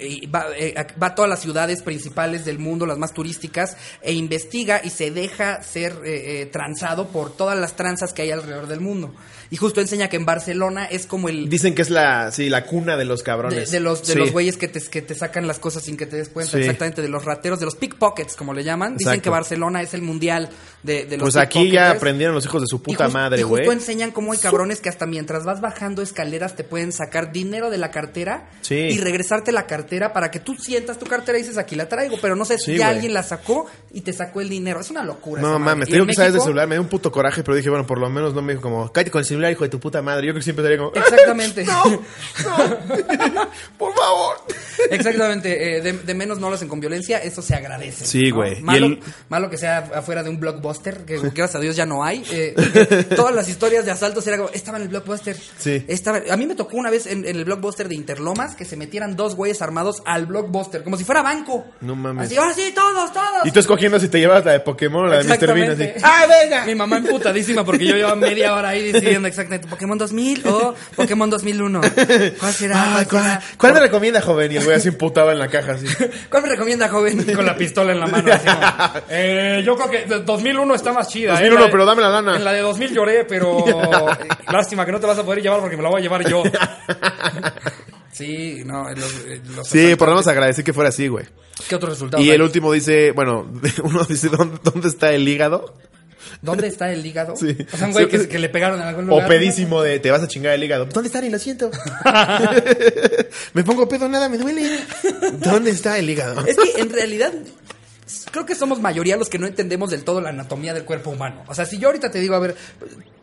y va, eh, a- va a todas las ciudades principales del mundo, las más turísticas, e investiga y se deja ser eh, eh, transado por todas las tranzas que hay alrededor del mundo. Y justo enseña que en Barcelona es como el...
Dicen que es la, sí, la cuna de los
De,
cabrones.
de los de
Sí.
los güeyes que te, que te sacan las cosas sin que te des cuenta,
Sí.
exactamente, de los rateros, de los pickpockets, como le llaman. Dicen
Exacto.
que Barcelona es el mundial de, de los
Pues aquí ya
pickpocketers.
aprendieron los hijos de su puta
Y jus-
madre,
y
güey.
justo enseñan cómo hay cabrones que hasta mientras vas bajando escaleras te pueden sacar dinero de la cartera
Sí.
y regresarte la cartera para que tú sientas tu cartera y dices aquí la traigo, pero no sé si
Sí,
ya
güey.
alguien la sacó y te sacó el dinero. Es una locura.
No
esa madre.
mames,
Y
te digo
en
que sabes de
México-
celular, me dio un puto coraje, pero dije, bueno, por lo menos no me dijo como, cállate con el celular, hijo de tu puta madre. Yo creo que siempre estaría como,
Exactamente.
no, por favor.
Exactamente, eh, de, de menos no lo hacen con violencia, eso se agradece.
Sí,
¿no?
güey. Y
Malo,
el-
malo que sea afuera de un blockbuster, que gracias a Dios ya no hay. eh, porque todas las historias de asaltos era como, estaba en el blockbuster.
Sí.
Estaba, a mí me tocó una vez en, en el blockbuster de Interlomas que se metieran dos güeyes armados al blockbuster, como si fuera banco.
No mames.
Así, ahora sí, todos, todos.
Y tú escogiendo si te llevas la de Pokémon o la de Mr. Bean, así.
Exactamente.
¡Ah, venga!
Mi mamá emputadísima porque yo llevaba media hora ahí decidiendo exactamente Pokémon 2000 o Pokémon 2001. ¿Cuál será? ¿Cuál
Ay, Ah, ¿cuál,
será?
cuál me recomienda, joven? Y el güey así imputaba en la caja, así.
¿Cuál me recomienda, joven? Con la pistola en la mano. eh, yo creo que de 2001 está más chida.
2001,
En de-
pero dame la lana.
En la de 2000 lloré, pero eh, lástima que no te vas a poder llevar porque me la voy a llevar yo. Sí, no. los- eh, los
Sí, por lo
asaltantes.
menos agradecí que fuera así, güey.
¿Qué otro resultado?
Y
hay?
el último dice, bueno, uno dice, ¿dónde, dónde está el hígado?
¿Dónde está el hígado?
Sí.
O sea, un güey
Sí.
que, que le pegaron en algún lugar.
O pedísimo de te vas a chingar el hígado. ¿Dónde está? Ni lo siento. me pongo pedo, nada me duele. ¿Dónde está el hígado?
Es que en realidad creo que somos mayoría los que no entendemos del todo la anatomía del cuerpo humano. O sea, si yo ahorita te digo, a ver,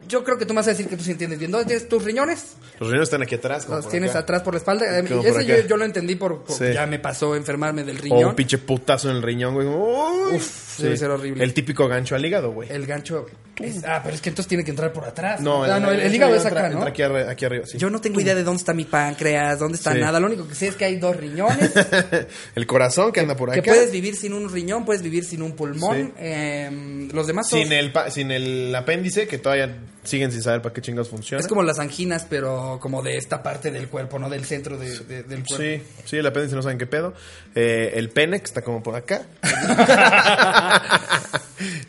yo creo que tú me vas a decir que tú sí entiendes bien. ¿Dónde tienes tus riñones?
Los riñones están aquí atrás. como
Los
por
tienes
acá.
atrás por la espalda. Eh,
Como por
Ese yo,
acá.
yo lo entendí por, por-
Sí.
ya me pasó enfermarme del
O un
riñón.
pinche putazo en el riñón, güey. Uy.
Uf, debe ser horrible.
El típico gancho al hígado, güey.
El gancho. es- ah, pero es que entonces tiene que entrar por atrás.
No,
Ah, no, el, el hígado es acá,
entra-
¿no?
entra aquí, arri- aquí arriba, sí.
Yo no tengo idea de dónde está mi páncreas, dónde está
Sí.
nada. Lo único que sé es que hay dos riñones.
el corazón que anda por acá.
que puedes vivir sin un riñón, puedes vivir sin un pulmón.
Sí.
eh, los demás son.
sin el pa- sin el apéndice que todavía siguen sin saber para qué chingados funciona.
Es como las anginas, pero como de esta parte del cuerpo, ¿no? Del centro de- de- del cuerpo.
Sí, sí, el apéndice no saben qué pedo. Eh, el pene, que está como por acá.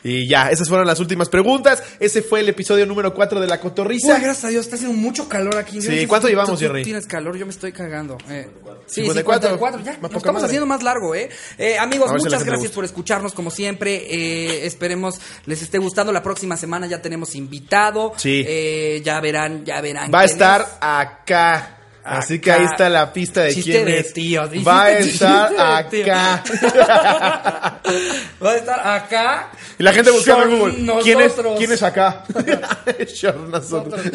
y ya, esas fueron las últimas preguntas. Ese fue el episodio número 4 de La Cotorrisa.
Uy, gracias a Dios, está haciendo mucho calor aquí. Yo
Sí,
no sé
¿cuánto
si tú-
llevamos,
tú
Jerry?
Tienes calor, yo me estoy cagando. Eh, sí,
54.
54, ya.
Más
Lo
poca
estamos
madre.
haciendo más largo, ¿eh? Eh, amigos,
A ver si
muchas
a la gente le
gracias
gusta.
por escucharnos, como siempre. Eh, esperemos les esté gustando. La próxima semana ya tenemos invitado.
Sí.
Eh, ya verán, ya verán.
Va a
quién
estar
es.
acá. Así que
Acá.
ahí está la pista de
Chiste
quién
de
es.
tío, dijiste
Va a
chiste
estar
de tío.
acá.
Va a estar acá.
Y la gente buscando en
Short
Google. ¿Quién es,
nosotros.
¿Quién es acá? Short nosotros.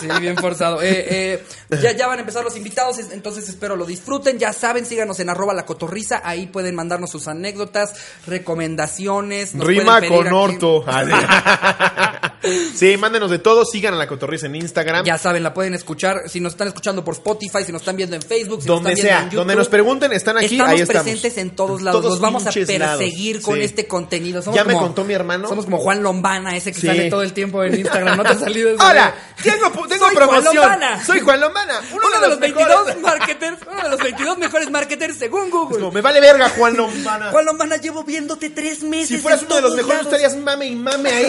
Sí, bien forzado. Eh, eh, ya, ya van a empezar los invitados, es- entonces espero lo disfruten. Ya saben, síganos en arroba la cotorriza, ahí pueden mandarnos sus anécdotas, recomendaciones. nos
Rima
pueden pedir
con
aquí-
orto. Ah, sí. sí, mándenos de todo. Sigan a la cotorriza en Instagram.
Ya saben, la pueden escuchar, si nos están escuchando por Spotify, si nos están viendo en Facebook, si
donde
nos están viendo
sea,
en YouTube.
donde nos pregunten, están aquí.
estamos
ahí estamos.
presentes en todos lados, nos vamos a
pinches lados.
perseguir con
Sí.
este contenido. Somos
Ya me
como-
contó mi hermano.
Somos como Juan Lombana, ese que
Sí.
sale todo el tiempo en Instagram, no te ha salido ese
Hola,
video?
tengo, pu- tengo
Soy Juan
promoción.
Lombana.
Soy Juan Lombana.
Uno, de, los 22
mejores.
marketers, uno de los 22 mejores marketers según Google.
No, me vale verga, Juan Lombana.
Juan Lombana, llevo viéndote tres meses.
"Ah". si fueras
en
uno de los
todos
mejores,
lados.
estarías mame y mame ahí.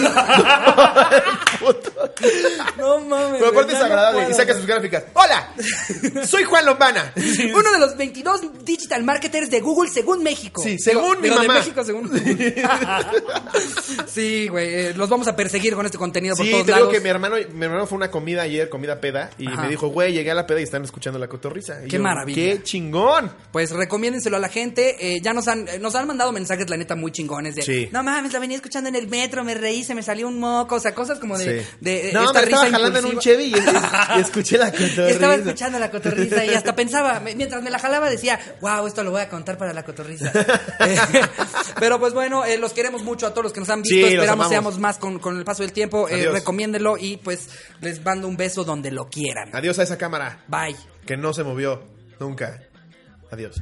Puto.
No mames.
Pero
güey,
aparte es
ya no
agradable y
puedo,
saca sus gráficas. Hola, soy Juan Lombana.
güey. Uno de los 22 digital marketers de Google según México.
Sí, según mi
digo, de
mamá.
México según Google. Sí, güey. eh, los vamos a perseguir con este contenido por
Sí,
todos
te
lados.
digo que mi hermano, mi hermano fue a una comida ayer, comida peda, y
Ajá.
me dijo, güey, llegué a la peda y están escuchando la cotorriza. Y
Qué maravilla.
¡Qué chingón!
Pues recomiéndenselo a la gente. eh, ya nos han, eh, nos han mandado mensajes, la neta, muy chingones. De,
Sí.
No mames, la venía escuchando en el metro, me reí, se me salió un moco. O sea, cosas como de.
Sí.
de, eh,
no,
esta
me
risa
estaba jalando en un
impulsiva.
Chevy y, y- y escuché la
Y
cotorriza.
estaba escuchando la cotorriza y hasta pensaba, me- mientras me la jalaba decía, wow, esto lo voy a contar para la cotorriza. Eh, Pero pues bueno, eh, los queremos mucho a todos los que nos han visto,
Sí, los
esperamos
amamos.
seamos más con, con el paso del tiempo, eh,
Adiós.
recomiéndenlo y pues les mando un beso donde lo quieran.
Adiós a esa cámara
Bye.
que no se movió nunca. Adiós.